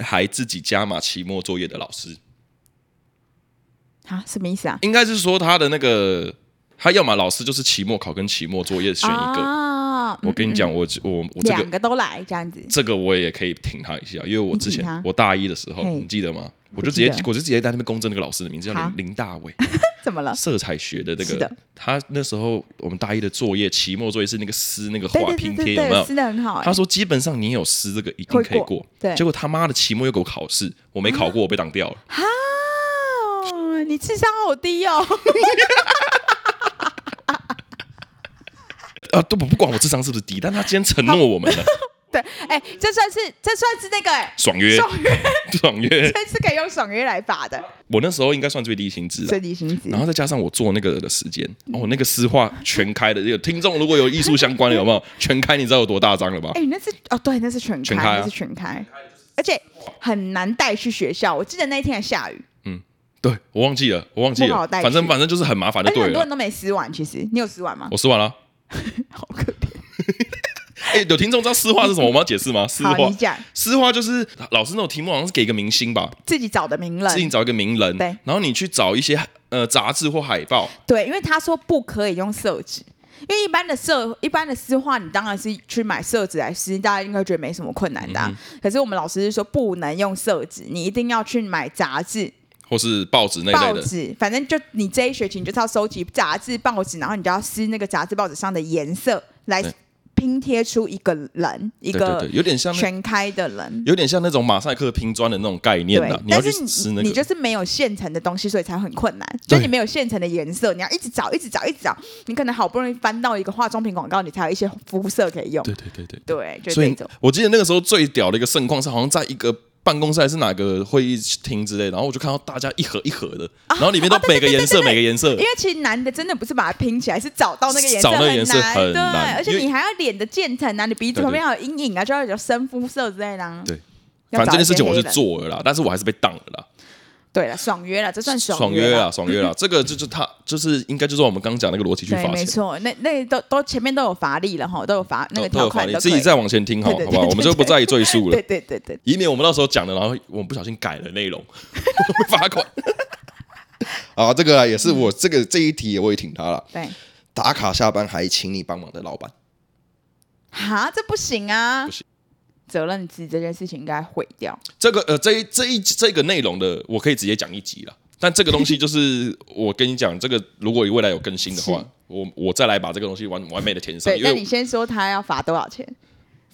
Speaker 1: 还自己加码期末作业的老师，
Speaker 2: 啊，什么意思啊？
Speaker 1: 应该是说他的那个，他要么老师就是期末考跟期末作业选一个。
Speaker 2: 啊，
Speaker 1: 我跟你讲，我我我这个
Speaker 2: 两个都来这样子，
Speaker 1: 这个我也可以挺他一下，因为我之
Speaker 2: 你
Speaker 1: 前
Speaker 2: 挺他
Speaker 1: 我大一的时候，
Speaker 2: 嘿
Speaker 1: 你记得吗？我
Speaker 2: 不
Speaker 1: 就直
Speaker 2: 记
Speaker 1: 接
Speaker 2: 得
Speaker 1: 我就直接在那边公证那个老师的名字叫
Speaker 2: 好
Speaker 1: 林林大 伟，
Speaker 2: 怎么了？
Speaker 1: 色彩学的那
Speaker 2: 是
Speaker 1: 个
Speaker 2: 的。
Speaker 1: 他那时候我们大一的作业，期末作业是那个撕那个
Speaker 2: 对
Speaker 1: 画
Speaker 2: 对
Speaker 1: 拼
Speaker 2: 对
Speaker 1: 贴有
Speaker 2: 对
Speaker 1: 没
Speaker 2: 对，
Speaker 1: 有
Speaker 2: 吃？的很好，哎
Speaker 1: 他说基本上你有撕这个一定可以
Speaker 2: 会过
Speaker 1: 过，
Speaker 2: 对
Speaker 1: 结果他妈的期末又给我考试，我没考过我被挡 掉了。
Speaker 2: 哈，你智商好 低哦。
Speaker 1: 啊，都不不管我智商是不是低，但他今天承诺我们 了，
Speaker 2: 对，哎、这算是这算是那个哎、
Speaker 1: 爽约
Speaker 2: 爽约，
Speaker 1: 爽约。
Speaker 2: 这是可以用爽约来 法的
Speaker 1: 我那时候应该算最低薪资啊
Speaker 2: 最低薪资
Speaker 1: 然。后再加上我做那个的时间，哦，那个丝画全开的，有听众如果有艺术相关的有没有全开？你知道有多大张了吧？
Speaker 2: 哎、那是哦，对，那是全开，
Speaker 1: 全开啊
Speaker 2: 那是全开，而且很难带去学校。我记得那一天还下雨，
Speaker 1: 对我忘记了，我忘记
Speaker 2: 不好
Speaker 1: 了，
Speaker 2: 带去
Speaker 1: 反正反正就是很麻烦
Speaker 2: 而
Speaker 1: 就
Speaker 2: 且
Speaker 1: 对
Speaker 2: 很多
Speaker 1: 了
Speaker 2: 人。都没撕完。其实你有撕完吗？
Speaker 1: 我撕完了，
Speaker 2: 好可怜。
Speaker 1: 哎，有听众知道丝画是什么？我们要解释吗？丝
Speaker 2: 好，
Speaker 1: 画
Speaker 2: 你，讲
Speaker 1: 丝画就是老师那种题目，好像是给一个明星吧，
Speaker 2: 自己找的名
Speaker 1: 自己
Speaker 2: 人，
Speaker 1: 找一个名人，
Speaker 2: 对
Speaker 1: 然后你去找一些呃杂志或海报，
Speaker 2: 对，因为他说不可以用色纸。因为一般的色，一般的丝画，你当然是去买色纸来撕，大家应该觉得没什么困难
Speaker 1: 嗯
Speaker 2: 的啊、可是我们老师是说不能用色纸，你一定要去买杂志，
Speaker 1: 或是报纸那一
Speaker 2: 报
Speaker 1: 类的。
Speaker 2: 纸，反正就你这一学期你就是要收集杂志、报纸，然后你就要撕那个杂志、报纸上的颜色来
Speaker 1: 对
Speaker 2: 拼贴出一个人，一
Speaker 1: 对对
Speaker 2: 个
Speaker 1: 对，有点像那
Speaker 2: 全开的人。
Speaker 1: 有点像那种马赛克拼砖的那种概念
Speaker 2: 对
Speaker 1: 的，，你要
Speaker 2: 但
Speaker 1: 去
Speaker 2: 是
Speaker 1: 撕
Speaker 2: 你
Speaker 1: 那
Speaker 2: 你就
Speaker 1: 个。
Speaker 2: 是没有现成的东西，所以才很困难。就
Speaker 1: 对
Speaker 2: 你没有现成的颜色，你要一直找，一直找，一直找。你可能好不容易翻到一个化妆品广告，你才有一些肤色可以用。
Speaker 1: 对对对对。
Speaker 2: 对，就
Speaker 1: 所
Speaker 2: 这
Speaker 1: 以
Speaker 2: 种。
Speaker 1: 我记得那个时候最屌的一个盛况是，好像在一个办公室还是哪个会议厅之类，然后我就看到大家一盒一盒的，然后里面都
Speaker 2: 哦对
Speaker 1: 每个
Speaker 2: 对对
Speaker 1: 颜色，
Speaker 2: 对对
Speaker 1: 每个颜色
Speaker 2: 因。为其实男的真的不是把它拼起来，是找到那个颜色
Speaker 1: 找
Speaker 2: 很
Speaker 1: 那个颜色
Speaker 2: 难，
Speaker 1: 很
Speaker 2: 对，
Speaker 1: 难
Speaker 2: 而且
Speaker 1: 因为
Speaker 2: 你还要脸的渐层啊，你鼻
Speaker 1: 对
Speaker 2: 子
Speaker 1: 对
Speaker 2: 旁边还有阴影啊，就要有深肤色之类的、啊。
Speaker 1: 对
Speaker 2: 要
Speaker 1: 反正这
Speaker 2: 找
Speaker 1: 件
Speaker 2: 一些
Speaker 1: 事情我
Speaker 2: 黑
Speaker 1: 是
Speaker 2: 人
Speaker 1: 做了啦，但是我还是被当了啦。
Speaker 2: 对了，爽约了，这算
Speaker 1: 爽
Speaker 2: 约
Speaker 1: 约啊
Speaker 2: 啦
Speaker 1: 啦，爽约啦，这个就是他，就是应该就是我们刚讲那个逻辑去
Speaker 2: 对，
Speaker 1: 罚
Speaker 2: 没
Speaker 1: 钱，
Speaker 2: 错，那那都都前面都有罚例了哈，都有罚那个
Speaker 1: 都都
Speaker 2: 条
Speaker 1: 有法
Speaker 2: 款
Speaker 1: 律，
Speaker 2: 都可
Speaker 1: 自
Speaker 2: 以
Speaker 1: 己再往前听好
Speaker 2: 对对
Speaker 1: 好不好？
Speaker 2: 对对
Speaker 1: 我们就不再赘述了
Speaker 2: 对，对对对，
Speaker 1: 以免我们到时候讲了，然后我们不小心改了内容，会罚款。啊，这个啊也是我这个这一题我也挺他了，
Speaker 2: 对
Speaker 1: 打卡下班还请你帮忙的老板。
Speaker 2: 哈，这不行啊
Speaker 1: 不行，
Speaker 2: 责任制这件事情应该毁掉。
Speaker 1: 这个呃，这一这一这个内容的，我可以直接讲一集了。但这个东 西就是我跟你讲，这个如果未来有更新的话
Speaker 2: 是，
Speaker 1: 我我再来把这个东西完完美的填上，
Speaker 2: 对，
Speaker 1: 因
Speaker 2: 那
Speaker 1: 为
Speaker 2: 你先说他要罚多少钱？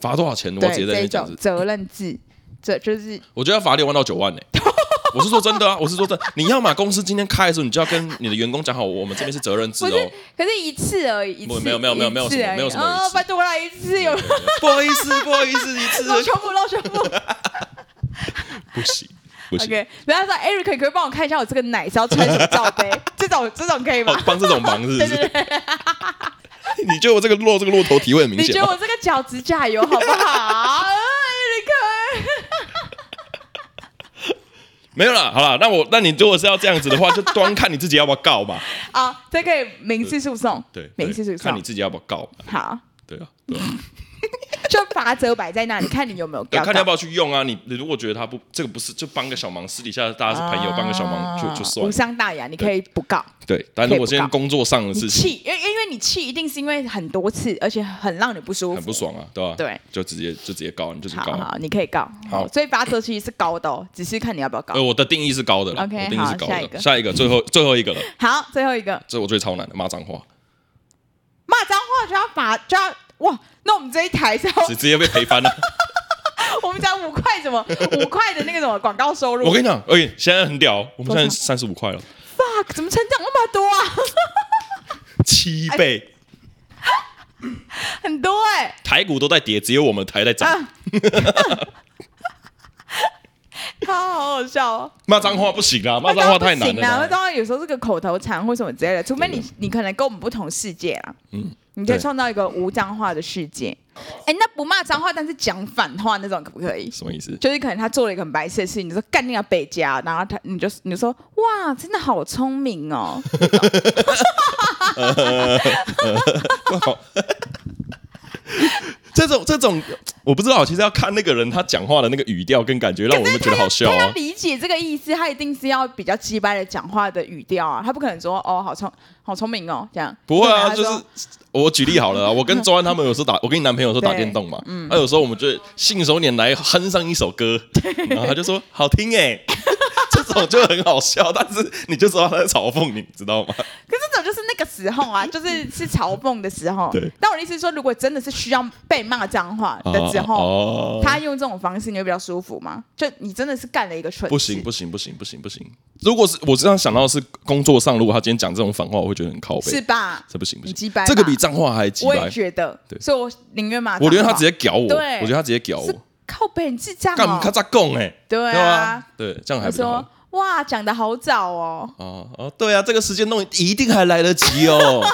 Speaker 1: 罚多少钱，我
Speaker 2: 对，
Speaker 1: 直接在那
Speaker 2: 这
Speaker 1: 边
Speaker 2: 一
Speaker 1: 讲
Speaker 2: 种。责任制，这就是
Speaker 1: 我觉得要罚六万到九 万呢、我是说真的啊，我是说真的。你要嘛公司今天开的时候，你就要跟你的员工讲好，我们这边是责任制
Speaker 2: 不
Speaker 1: 哦。
Speaker 2: 可是一次而已，一
Speaker 1: 不
Speaker 2: 次
Speaker 1: 没有没有没有没有
Speaker 2: 一次
Speaker 1: 什么
Speaker 2: 而已
Speaker 1: 没有什么一
Speaker 2: 哦
Speaker 1: 次，
Speaker 2: 拜托来一 次，有
Speaker 1: 不好意思，不好意思，一次
Speaker 2: 露 胸部露胸部。
Speaker 1: 不行不行。
Speaker 2: OK，然后他说 Eric，你可以帮我看一下我这个奶是要 穿什么罩杯？这种这种可以吗
Speaker 1: 哦？，帮这种忙是不
Speaker 2: 对
Speaker 1: 是？
Speaker 2: 对对，
Speaker 1: 你觉得我这个落这个落头体会很明
Speaker 2: 你
Speaker 1: 显
Speaker 2: 觉得
Speaker 1: 吗？
Speaker 2: 我这个脚指甲油好不好？Eric，
Speaker 1: 没有啦，好啦，那我那你如果是要这样子的话，就端看你自己要不要告 吧。
Speaker 2: 啊，这可以民事诉讼，
Speaker 1: 对，
Speaker 2: 民事诉
Speaker 1: 对看你
Speaker 2: 讼，
Speaker 1: 自己要不要告吧。
Speaker 2: 好，
Speaker 1: 对啊， 对啊，
Speaker 2: 就罚则摆在那里，看你有没有
Speaker 1: 对
Speaker 2: 告
Speaker 1: 呃看你要不
Speaker 2: 到。
Speaker 1: 要去用啊。你你如果觉得他不这个不是，就帮个小忙，私底下大家是朋友，
Speaker 2: 啊
Speaker 1: 帮个小忙就就算
Speaker 2: 无
Speaker 1: 了。
Speaker 2: 伤大雅，你可以啊不告。
Speaker 1: 对，但如果今
Speaker 2: 可以
Speaker 1: 天
Speaker 2: 不告
Speaker 1: 工作上的
Speaker 2: 你
Speaker 1: 事情
Speaker 2: 气，因为因为你气一定是因为很多次，而且很让你不舒服，
Speaker 1: 很不爽啊，对吧？
Speaker 2: 对，
Speaker 1: 就直接就直接告，你就是
Speaker 2: 好
Speaker 1: 告。
Speaker 2: 好，你可以告。
Speaker 1: 好
Speaker 2: 所以罚则其实是高的哦，只是看你要不要告
Speaker 1: 呃，。我的定义是高的啦，
Speaker 2: OK，
Speaker 1: 我定义
Speaker 2: 好
Speaker 1: 是高
Speaker 2: 下一
Speaker 1: 的。
Speaker 2: 个
Speaker 1: 下一个，最后最后一个了，
Speaker 2: 好，最后一个
Speaker 1: 这我最超难的，骂脏话，
Speaker 2: 骂脏话就要罚，就要哇！那我们这一台是要
Speaker 1: 直直接被赔翻了。
Speaker 2: 我们讲五块 什么五块的那个什么广告收入？
Speaker 1: 我跟你讲，哎，现在很屌，我们现在
Speaker 2: 多少
Speaker 1: 三十五块了，
Speaker 2: fuck，怎么成长那么多啊？
Speaker 1: 七
Speaker 2: 哎
Speaker 1: 倍，
Speaker 2: 很多哎、
Speaker 1: 台股都在跌，只有我们台在涨。
Speaker 2: 啊，他 好好笑哦！
Speaker 1: 骂脏话不行啦，骂脏话太难了
Speaker 2: 那当然不行啊那
Speaker 1: 啦。
Speaker 2: 当然有时候是个口头禅或什么之类的，除非你你可能跟我们不同世界啊。
Speaker 1: 嗯，
Speaker 2: 你可以
Speaker 1: 对
Speaker 2: 创造一个无脏话的世界。哎，那不骂脏话，但是讲反话那种可不可以？
Speaker 1: 什么意思？
Speaker 2: 就是可能他做了一个很白痴的事情，你说干你要被家，然后他你就你就说哇，真的好聪明哦，
Speaker 1: 这种这种我不知道，其实要看那个人他讲话的那个语调跟感觉，让 我们 觉得好笑
Speaker 2: 他要
Speaker 1: 啊。
Speaker 2: 理解这个意思，他一定是要比较鸡掰的讲话的语调啊，他不可能说哦好聪好聪明哦这样，
Speaker 1: 不会啊，
Speaker 2: 他
Speaker 1: 就
Speaker 2: 说
Speaker 1: 是我举例好 了啊，我跟周安他们有时候打，我跟你男朋友有时候打电动嘛，
Speaker 2: 嗯
Speaker 1: 那有时候我们就会信手拈来哼上一首歌，然后他就说好听哎， 这种就很好笑，但是你就知道他在嘲讽你，知道吗？
Speaker 2: 可是这种就是那个时 候啊，就是是嘲讽的时候
Speaker 1: 对。
Speaker 2: 但我的意思是说，如果真的是需要被骂脏话的时候，
Speaker 1: 哦
Speaker 2: 他用这种方式，你会比较舒服吗？就你真的是干了一个蠢事，
Speaker 1: 不行不行不行不行不行，如果是我这样想到的是工作上，如果他今天讲这种反话，我会觉得很靠背
Speaker 2: 是，吧？
Speaker 1: 这不行不
Speaker 2: 你
Speaker 1: 行，
Speaker 2: 鸡掰吧
Speaker 1: 这个比脏话还鸡
Speaker 2: 我也
Speaker 1: 掰。
Speaker 2: 觉得
Speaker 1: 对，
Speaker 2: 所以我宁愿骂脏话。
Speaker 1: 我觉得他直接屌我，我
Speaker 2: 对
Speaker 1: 觉得他直接屌
Speaker 2: 是
Speaker 1: 我，
Speaker 2: 靠北，你智障
Speaker 1: 干嘛他
Speaker 2: 哦！
Speaker 1: 咋供哎？
Speaker 2: 对
Speaker 1: 对吧
Speaker 2: 啊，？
Speaker 1: 对，这样还
Speaker 2: 我
Speaker 1: 不较
Speaker 2: 说
Speaker 1: 好。
Speaker 2: 哇，讲的好早哦，
Speaker 1: 哦哦，对啊，这个时间弄一定还来得及哦。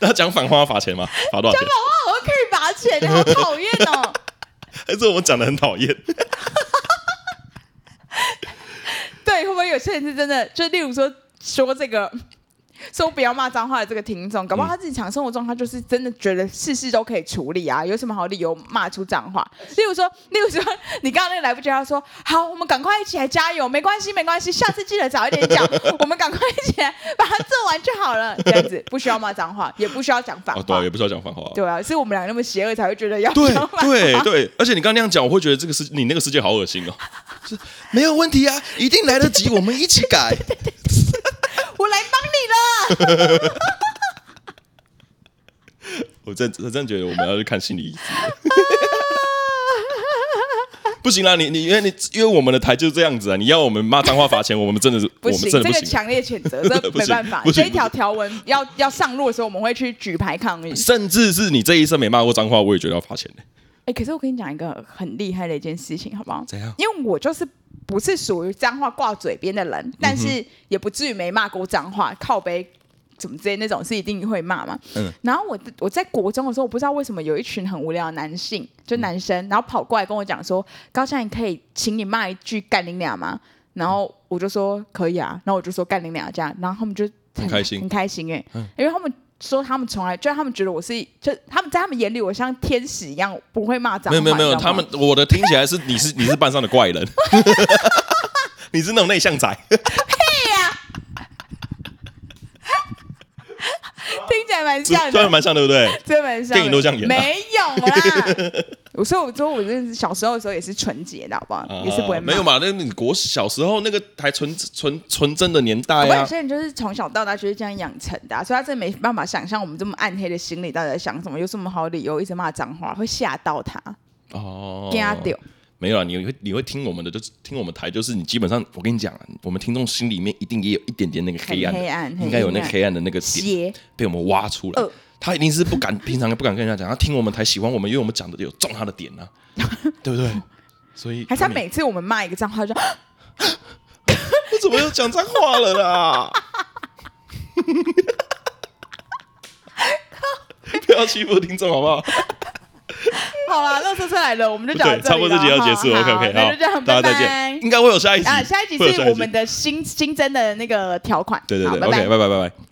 Speaker 1: 那讲反话要罚钱吗？罚 多少钱？
Speaker 2: 哇，我可以罚钱，你好讨厌哦！
Speaker 1: 还哎是我们讲的很讨 厌？
Speaker 2: 对，会不会有些人是真的？就例如说说这个。说不要骂脏话的这个听众，搞
Speaker 1: 嗯
Speaker 2: 不好他日常生活中他就是真的觉得事事都可以处理啊，有什么好理由骂出脏话？例如说，例如说，你刚刚那个来不及，他说好，我们赶快一起来加油，没关系，没关系，下次记得早一点 讲，我们赶快一起来把它做完就好了，这样子不需要骂脏话，也不需要讲反
Speaker 1: 哦，对
Speaker 2: 话，
Speaker 1: 啊，也不需要讲反话啊。
Speaker 2: 对啊，是我们俩那么邪恶才会觉得要
Speaker 1: 对
Speaker 2: 讲反话
Speaker 1: 对对，而且你刚刚那样讲，我会觉得这个世你那个世界好恶心哦。是没有问题啊，一定来得及，我们一起改。
Speaker 2: 我来帮你了。
Speaker 1: 我真我真的觉得我们要去看心理医生。 不行啦，你你因为你因为我们的台就是这样子啊，你要我们骂脏话罚钱，我们真的是我
Speaker 2: 不
Speaker 1: 们
Speaker 2: 行，
Speaker 1: 真的不
Speaker 2: 这个
Speaker 1: 行啊。
Speaker 2: 强烈谴责， 这
Speaker 1: 不
Speaker 2: 没
Speaker 1: 行
Speaker 2: 办法
Speaker 1: 不。行
Speaker 2: 这一条条文要要上路的时候，我们会去举牌抗议。
Speaker 1: 啊甚至是你这一生没骂过脏话，我也觉得要罚钱呢、
Speaker 2: 哎，可是我跟你讲一个很厉害的一件事情，好不好？
Speaker 1: 怎样
Speaker 2: 因为我就是不是属于脏话挂嘴边的人，但
Speaker 1: 嗯
Speaker 2: 是也不至于没骂过脏话，靠背。怎么之类那种是一定会骂嘛？
Speaker 1: 嗯
Speaker 2: 然后我我在国中的时候，我不知道为什么有一群很无聊的男性，就
Speaker 1: 嗯
Speaker 2: 男生，然后跑过来跟我讲说：“高嘉颖，可以请你骂一句干你俩吗？”然后我就说：“可以啊。”然后我就说：“干你俩这样。”然后他们就
Speaker 1: 很开心
Speaker 2: 很开心哎、
Speaker 1: 嗯
Speaker 2: 因为他们说他们从来就他们觉得我是就他们在他们眼里我像天使一样不会骂脏
Speaker 1: 没有
Speaker 2: 话，
Speaker 1: 没有没有，
Speaker 2: 你知道
Speaker 1: 他
Speaker 2: 吗
Speaker 1: 们我的听起来是你是你是班上的怪人， 你是那种内向仔，
Speaker 2: 听起来还蛮像
Speaker 1: 虽然
Speaker 2: 的，
Speaker 1: 蛮像，对不对？
Speaker 2: 真蛮像的。
Speaker 1: 电影都这样演啊
Speaker 2: 没有 啦。我说我说我真的是小时候的时候也是纯洁的，好不好？也是不会
Speaker 1: 啊
Speaker 2: 骂
Speaker 1: 没有。嘛？那你国小时候那个还纯纯纯真的年代
Speaker 2: 我有
Speaker 1: 啊，
Speaker 2: 些人就是从小到大就是这样养成的啊、所以他真的没办法想象我们这么暗黑的心理到底在想什么，有什么好理由一直骂脏话，会吓到他，
Speaker 1: 哦，
Speaker 2: 惊掉。
Speaker 1: 没有啊，你会你会听我们的，就是听我们台，就是你基本上，我跟你讲、啊，我们听众心里面一定也有一点点那个黑暗的，
Speaker 2: 很黑暗很
Speaker 1: 应该有那
Speaker 2: 阴
Speaker 1: 个
Speaker 2: 暗
Speaker 1: 黑暗的那个点
Speaker 2: 邪
Speaker 1: 被我们挖出来。
Speaker 2: 呃
Speaker 1: 他一定是不敢，平常不敢跟人家讲，他听我们台喜欢我们，因为我们讲的有中他的点啊，对不对？所以
Speaker 2: 还是
Speaker 1: 他
Speaker 2: 他
Speaker 1: 每
Speaker 2: 每次我们骂一个脏话就，
Speaker 1: 嗯我怎么又讲脏话了啦？不要欺负听众好不好？
Speaker 2: 好啦，乐色车来了，我们就讲到
Speaker 1: 对，差不多这集
Speaker 2: 里
Speaker 1: 要
Speaker 2: 了
Speaker 1: 结束
Speaker 2: 哈
Speaker 1: ，OK OK，
Speaker 2: 好
Speaker 1: 好
Speaker 2: 那就这，样，
Speaker 1: 大家再
Speaker 2: 拜拜
Speaker 1: 见，应该会有下一集
Speaker 2: 啊，下一集
Speaker 1: 会有
Speaker 2: 是我们的新新增的那个条款。
Speaker 1: 对对
Speaker 2: 好
Speaker 1: 对
Speaker 2: 拜拜
Speaker 1: ，OK，拜拜拜拜。